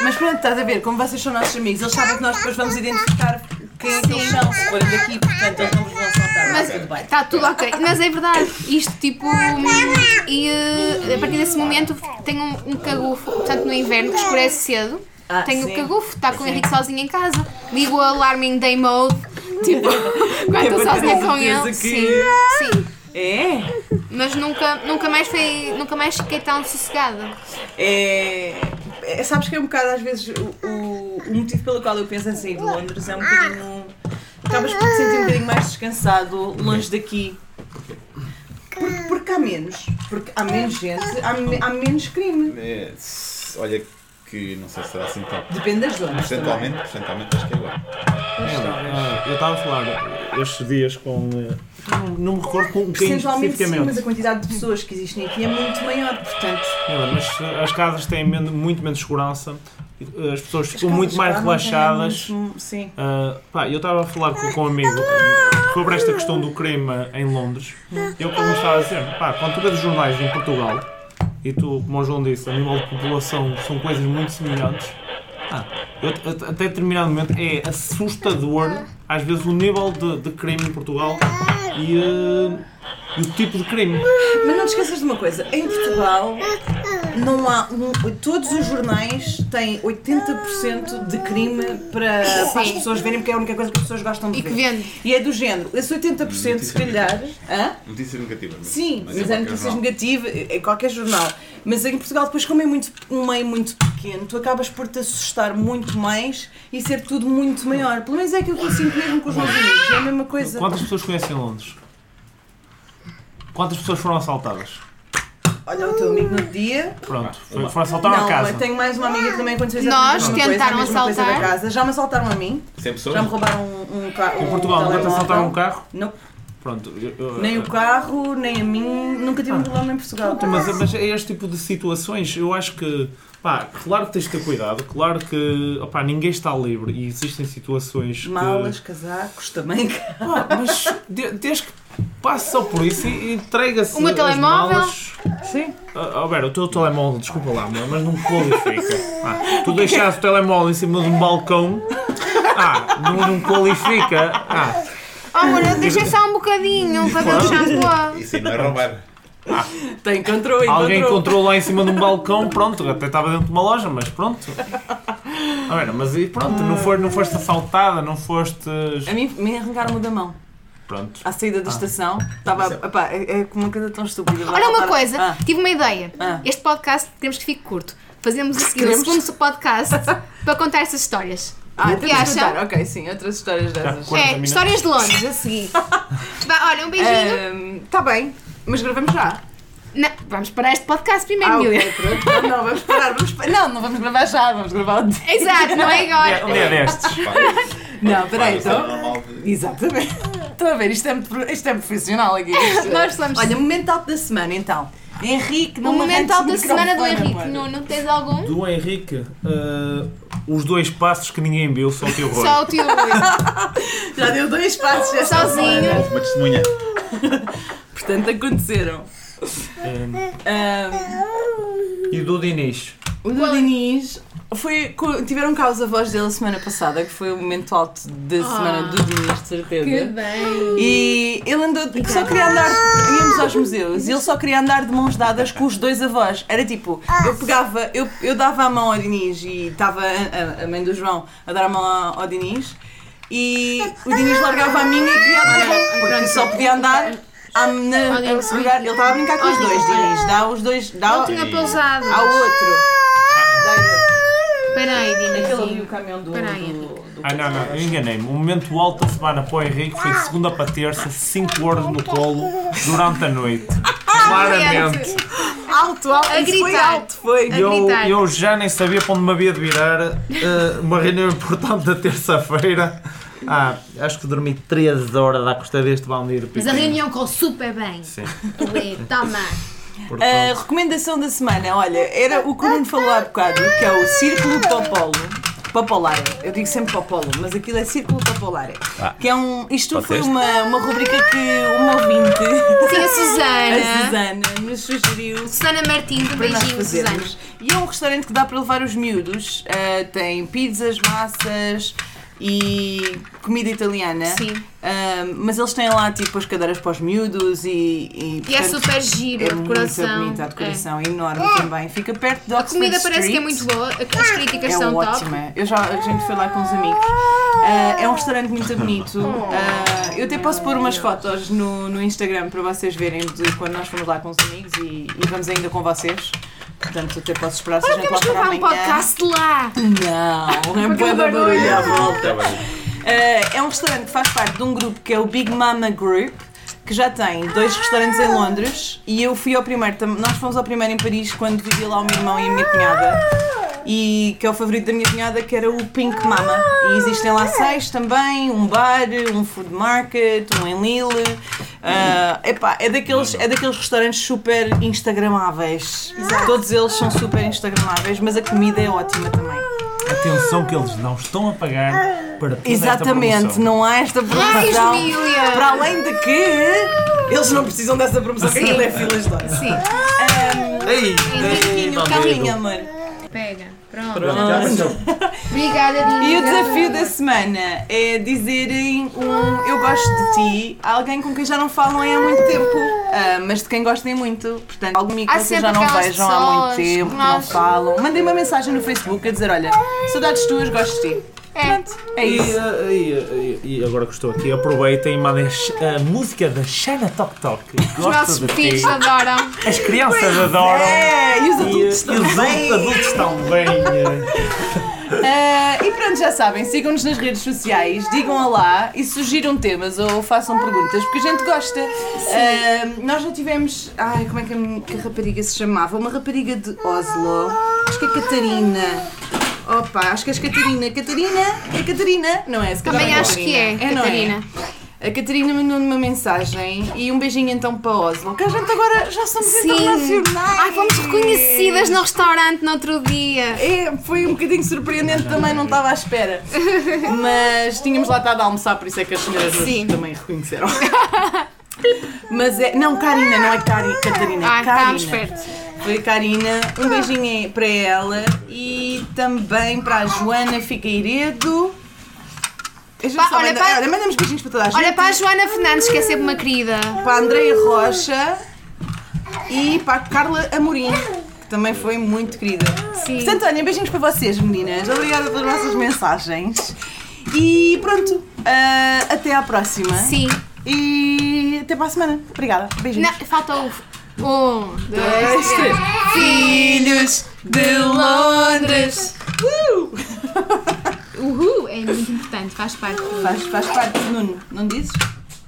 Speaker 1: Mas pronto, estás a ver, como vocês são nossos amigos, eles sabem que nós depois vamos identificar quem é que eles são, se forem daqui, portanto eles não vos vão assaltar. Mas tudo bem.
Speaker 2: Está tudo ok. Mas é verdade, isto tipo. hum, E eh, a partir desse momento tenho um, um cagufo, portanto no inverno, que escurece cedo.
Speaker 1: Ah,
Speaker 2: tenho
Speaker 1: sim.
Speaker 2: o cagufo, está com o Henrique sozinho em casa. Ligo o alarme em day mode,
Speaker 1: <laughs>
Speaker 2: tipo, quando estou
Speaker 1: É para ter
Speaker 2: sozinha
Speaker 1: certeza
Speaker 2: com ele.
Speaker 1: que-
Speaker 2: Sim, sim.
Speaker 1: É?
Speaker 2: Mas nunca, nunca mais foi. Nunca mais fiquei tão sossegada.
Speaker 1: É. é- Sabes que é um bocado às vezes o, o, o motivo pelo qual eu penso em sair de Londres é um bocadinho. Acabas por te sentir um bocadinho mais descansado longe daqui. Porque, porque há menos. Porque há menos gente, há, me- há menos crime.
Speaker 3: É, s- Olha que não sei se será assim tão.
Speaker 1: Depende das zonas. também.
Speaker 3: Percentualmente, percentualmente acho que é igual.
Speaker 4: Ah, eu estava a falar estes dias com. eh, Não, não me recordo com quem
Speaker 1: Percentualmente sim, mas
Speaker 4: especificamente.
Speaker 1: a quantidade de pessoas que existem aqui é muito maior, portanto.
Speaker 4: Não, mas as casas têm men- muito menos segurança, eh, as pessoas
Speaker 1: as
Speaker 4: ficam
Speaker 1: casas
Speaker 4: muito
Speaker 1: cá
Speaker 4: mais
Speaker 1: não têm
Speaker 4: relaxadas.
Speaker 1: é muito- sim.
Speaker 4: Ah, pá, eu estava a falar com, com um amigo eh, sobre esta questão do crime em Londres. Eu como estava a dizer, pá, quando tu vês os jornais em Portugal, e tu, como o João disse, a nível de população são coisas muito semelhantes, pá, eu, eu- até determinado momento é assustador, às vezes, o nível de, de crime em Portugal e, eh, e o tipo de crime.
Speaker 1: Mas não te esqueças de uma coisa, em Portugal não há um- todos os jornais têm 80% de crime para, para as
Speaker 2: Sim.
Speaker 1: pessoas verem porque é a única coisa que as pessoas gostam de
Speaker 2: E
Speaker 1: ver.
Speaker 2: que vende.
Speaker 1: E é do género, esse 80% se calhar. Hã?
Speaker 3: Notícias negativas. mas-
Speaker 1: Sim, mas
Speaker 3: é
Speaker 1: é
Speaker 3: qualquer
Speaker 1: notícias
Speaker 3: jornal.
Speaker 1: negativas, é qualquer jornal. Mas em Portugal, depois, como é muito, um meio muito pequeno, tu acabas por te assustar muito mais e ser tudo muito maior. Pelo menos é aquilo que eu sinto mesmo com os meus amigos, é a mesma coisa.
Speaker 4: Quantas pessoas conhecem Londres? Quantas pessoas foram assaltadas?
Speaker 1: Olha o teu amigo no dia,
Speaker 4: Pronto, foi- foram assaltar uma
Speaker 1: não,
Speaker 4: casa.
Speaker 1: eu tenho mais uma amiga que também aconteceu exatamente
Speaker 2: Nós
Speaker 1: a mesma coisa,
Speaker 2: tentaram
Speaker 1: a mesma coisa
Speaker 2: assaltar.
Speaker 1: da casa. Já me assaltaram a mim,
Speaker 3: Cem pessoas?
Speaker 1: já me roubaram um, um carro.
Speaker 4: Em Portugal, nunca te assaltaram um carro?
Speaker 1: Não.
Speaker 4: Pronto, eu- eu-
Speaker 1: Nem o carro, nem a mim, nunca tive um
Speaker 4: Ah.
Speaker 1: problema em Portugal.
Speaker 4: Pronto, mas, mas é este tipo de situações. Eu acho que, pá, claro que tens de ter cuidado, claro que, opá, ninguém está livre e existem situações que-
Speaker 1: Malas, casacos também.
Speaker 4: Pá, mas de- desde que passe só por isso e entrega-se.
Speaker 2: O meu
Speaker 4: as
Speaker 2: telemóvel?
Speaker 4: malas.
Speaker 1: Sim.
Speaker 4: Ah, Alberto, o teu telemóvel, desculpa lá, mas mas não qualifica. Ah, tu deixaste o telemóvel em cima de um balcão. Ah, não, não qualifica. Ah,
Speaker 2: Oh, amor, eu deixei só um bocadinho para dar um shampoo.
Speaker 3: Isso aí não é
Speaker 1: <laughs>
Speaker 3: roubar.
Speaker 1: <laughs> Tem, encontrou, encontrou.
Speaker 4: alguém encontrou lá em cima de um balcão, pronto, até estava dentro de uma loja, mas pronto. Alberto, mas e pronto, não foste, não foste assaltada, não foste.
Speaker 1: A mim me arrancaram-me da mão.
Speaker 4: Pronto.
Speaker 1: À saída da
Speaker 4: Ah.
Speaker 1: estação, estava.
Speaker 3: Isso é-
Speaker 1: Epá, é, é como uma coisa tão estúpida. Vai
Speaker 2: Olha uma
Speaker 1: voltar-
Speaker 2: coisa,
Speaker 1: Ah,
Speaker 2: tive uma ideia.
Speaker 1: Ah.
Speaker 2: Este podcast temos que fique curto. Fazemos a seguir o
Speaker 1: Queremos?
Speaker 2: segundo
Speaker 1: <laughs>
Speaker 2: podcast para contar essas histórias.
Speaker 1: ah
Speaker 2: O que
Speaker 1: temos que
Speaker 2: acha?
Speaker 1: contar. Ok, sim, outras histórias dessas.
Speaker 4: Quarenta
Speaker 2: É,
Speaker 4: minutos.
Speaker 2: histórias de Londres
Speaker 1: <laughs>
Speaker 2: a seguir. Vá, olha, um
Speaker 1: É.
Speaker 2: beijinho.
Speaker 1: Está tá bem, mas gravamos já.
Speaker 2: Não, vamos parar este podcast primeiro,
Speaker 1: Ah, ok,
Speaker 2: Miriam.
Speaker 1: pronto. Não, vamos parar, vamos parar. Não, não vamos gravar já, vamos gravar. outro.
Speaker 2: Exato, não é agora.
Speaker 4: Um dia destes.
Speaker 1: Não, peraí, então.
Speaker 3: então.
Speaker 1: Exatamente. Estão a ver, isto é muito, pro- isto <laughs> é muito profissional aqui. Isto-
Speaker 2: Nós
Speaker 1: <laughs>
Speaker 2: somos-
Speaker 1: Olha, momento alto da semana então. Henrique,
Speaker 2: O
Speaker 1: não
Speaker 2: momento
Speaker 1: arranques
Speaker 2: alto
Speaker 1: o
Speaker 2: da semana do
Speaker 1: microfone,
Speaker 2: Henrique.
Speaker 1: amor.
Speaker 2: Não, não tens algum?
Speaker 4: Do Henrique, ah, os dois passos que ninguém viu são o teu rosto.
Speaker 2: Só o tio Rui.
Speaker 1: Já deu dois passos já está.
Speaker 2: Sozinho.
Speaker 3: Uma testemunha.
Speaker 1: Portanto, aconteceram.
Speaker 4: Ah,
Speaker 1: Ahm,
Speaker 4: e do Dinis.
Speaker 1: o do Diniz foi, co- tiveram cá os avós dele a semana passada, que foi o momento alto da semana do Diniz, de certeza.
Speaker 2: Que bem.
Speaker 1: E ele andou, tipo, só queria andar, íamos aos museus, e ele só queria andar de mãos dadas com os dois avós. Era tipo, eu pegava, eu, eu dava a mão ao Diniz e estava a, a- a mãe do João a dar a mão a- ao Diniz, e o Diniz largava a minha e queria andar, porque só podia andar a, na, a segurar. Ele estava a brincar com os dois, Diniz, dá os dois, dá ao,
Speaker 2: Tinha pousado.
Speaker 1: ao outro.
Speaker 2: Espera aí,
Speaker 1: Aquele ali, o
Speaker 2: Dinazinho.
Speaker 1: caminhão do.
Speaker 2: Espera aí,
Speaker 1: do-
Speaker 2: Henrique.
Speaker 1: do-
Speaker 4: Ah, não, não, eu enganei-me. O momento alto da semana para o Henrique foi de segunda para terça, 5 horas no colo, durante a noite. Ah, Claramente.
Speaker 1: Alto, alto,
Speaker 2: A
Speaker 1: isso foi
Speaker 2: gritar.
Speaker 1: alto, foi.
Speaker 2: A
Speaker 4: Eu,
Speaker 2: É gritar.
Speaker 4: eu já nem sabia para onde me havia de virar. ah, uma reunião importante da terça-feira. Ah, acho que dormi 13 horas à custa deste bandido.
Speaker 2: Mas a reunião correu super bem.
Speaker 4: Sim,
Speaker 2: Ali, toma.
Speaker 1: A
Speaker 4: portanto.
Speaker 1: recomendação da semana, olha, era o que o Nuno falou há bocado, que é o Círculo Popolo. Popolare, eu digo sempre Popolo, mas aquilo é Círculo Popolare.
Speaker 3: Ah.
Speaker 1: que é um. Isto
Speaker 3: Pode
Speaker 1: foi
Speaker 3: ser.
Speaker 1: uma, uma rubrica que uma ouvinte,
Speaker 2: Sim, a
Speaker 1: a
Speaker 2: Susana.
Speaker 1: Susana, nos sugeriu
Speaker 2: Susana Martins, um
Speaker 1: para nós
Speaker 2: beijinho, Susana.
Speaker 1: fazermos. E é um restaurante que dá para levar os miúdos. Ah, tem pizzas, massas e comida italiana.
Speaker 2: Sim.
Speaker 1: Ah, mas eles têm lá tipo as cadeiras para os miúdos e. E,
Speaker 2: E é
Speaker 1: portanto,
Speaker 2: super giro,
Speaker 1: é
Speaker 2: a decoração.
Speaker 1: muito bonita, a decoração é enorme também. Fica perto de
Speaker 2: É. A
Speaker 1: Oxford
Speaker 2: comida parece que é
Speaker 1: Street.
Speaker 2: muito boa, as críticas
Speaker 1: É
Speaker 2: são top.
Speaker 1: ótima. Eu já, a gente foi lá com os amigos. Ah, é um restaurante muito bonito.
Speaker 2: <laughs>
Speaker 1: Ah, eu até posso pôr umas fotos no, no Instagram para vocês verem de quando nós fomos lá com os amigos e, e vamos ainda com vocês. Portanto, até posso esperar se a gente lá
Speaker 2: Temos que
Speaker 1: for
Speaker 2: gravar um
Speaker 1: amanhã.
Speaker 2: podcast lá.
Speaker 1: Não, é um
Speaker 2: Aquele
Speaker 1: bocado barulho à
Speaker 2: barulho.
Speaker 1: volta.
Speaker 3: Tá bem.
Speaker 1: Uh, é um restaurante que faz parte de um grupo que é o Big Mama Group, que já tem dois restaurantes em Londres e eu fui ao primeiro, tam- nós fomos ao primeiro em Paris quando vivia lá o meu irmão e a minha cunhada. E que é o favorito da minha cunhada, que era o Pink Mama. E existem lá seis também, um bar, um food market, um em Lille. Uh, epá, é, daqueles, é daqueles restaurantes super instagramáveis. Todos eles são super instagramáveis, mas a comida é ótima também.
Speaker 4: Atenção que eles não estão a pagar para toda é esta
Speaker 1: Exatamente,
Speaker 4: promoção.
Speaker 1: não há esta promoção.
Speaker 2: Ai, Júlia!
Speaker 1: Para além de que eles não precisam dessa promoção, que aquilo é filas de horas.
Speaker 2: Sim, um
Speaker 4: Ei, ei,
Speaker 1: Carlinho, Carlinho, amor.
Speaker 2: pega. Pronto.
Speaker 4: bandido.
Speaker 2: Obrigada, Dina.
Speaker 1: E o desafio da semana é dizerem um eu gosto de ti a alguém com quem já não falam há muito tempo, ah, mas de quem gostem muito. Portanto, algum amigo
Speaker 2: Há
Speaker 1: que vocês
Speaker 2: sempre
Speaker 1: já não
Speaker 2: aquelas
Speaker 1: vejam há muito
Speaker 2: pessoas
Speaker 1: tempo, que
Speaker 2: que
Speaker 1: não
Speaker 2: nós-
Speaker 1: falam. Mandem uma mensagem no Facebook a dizer: Olha, saudades tuas, gosto de ti.
Speaker 2: É.
Speaker 1: É
Speaker 4: E,
Speaker 1: isso.
Speaker 4: eh, e, eh, e agora que estou aqui, aproveitem e mandem a sh- a música da Shana Tok Tok.
Speaker 2: Os nossos
Speaker 4: Gosto de ti.
Speaker 2: filhos adoram.
Speaker 4: As crianças adoram.
Speaker 1: É, e os
Speaker 4: E, eh, e os
Speaker 1: adultos também.
Speaker 4: adultos também. eh.
Speaker 1: Ah, e pronto, já sabem, sigam-nos nas redes sociais, digam olá e sugiram temas ou façam perguntas, porque a gente gosta. Ah, nós já tivemos. Ai, como é que a, minha- que a rapariga se chamava? Uma rapariga de Oslo. Acho que é Catarina. Opa, acho que és Catarina. Catarina? É Catarina? Não é? Se calhar
Speaker 2: Também
Speaker 1: é
Speaker 2: acho que é,
Speaker 1: não
Speaker 2: Catarina.
Speaker 1: é? A Catarina mandou-me uma mensagem e um beijinho então para Oslo, que a gente agora já somos então
Speaker 2: Sim.
Speaker 1: internacionais.
Speaker 2: Ai, fomos reconhecidas no restaurante no outro dia.
Speaker 1: É, foi um bocadinho surpreendente também, não estava à espera. Mas tínhamos lá estado a almoçar, por isso é que as senhoras nos
Speaker 2: Sim.
Speaker 1: também reconheceram. Mas é. Não, Karina, não é Cari, Catarina. é
Speaker 2: Ai,
Speaker 1: Karina.
Speaker 2: estávamos perto.
Speaker 1: Foi a Karina. Um beijinho aí para ela e também para a Joana Figueiredo. A gente
Speaker 2: Pá,
Speaker 1: só
Speaker 2: olha,
Speaker 1: manda-
Speaker 2: pá-
Speaker 1: olha, mandamos beijinhos para toda a gente.
Speaker 2: Olha para a Joana Fernandes, que é sempre uma querida.
Speaker 1: para a Andreia Rocha e para a Carla Amorim, que também foi muito querida.
Speaker 2: Sim.
Speaker 1: Portanto, olhem, beijinhos para vocês, meninas. Obrigada pelas vossas mensagens. E pronto, ah, até à próxima.
Speaker 2: Sim.
Speaker 1: E até para a semana. Obrigada. Beijinhos.
Speaker 2: Não, falta o. Um, dois, três.
Speaker 1: Filhos de Londres. Uh!
Speaker 2: Uhul, é muito importante, faz parte.
Speaker 1: Faz, faz parte do Nuno, não dizes?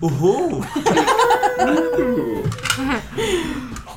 Speaker 4: Uhul!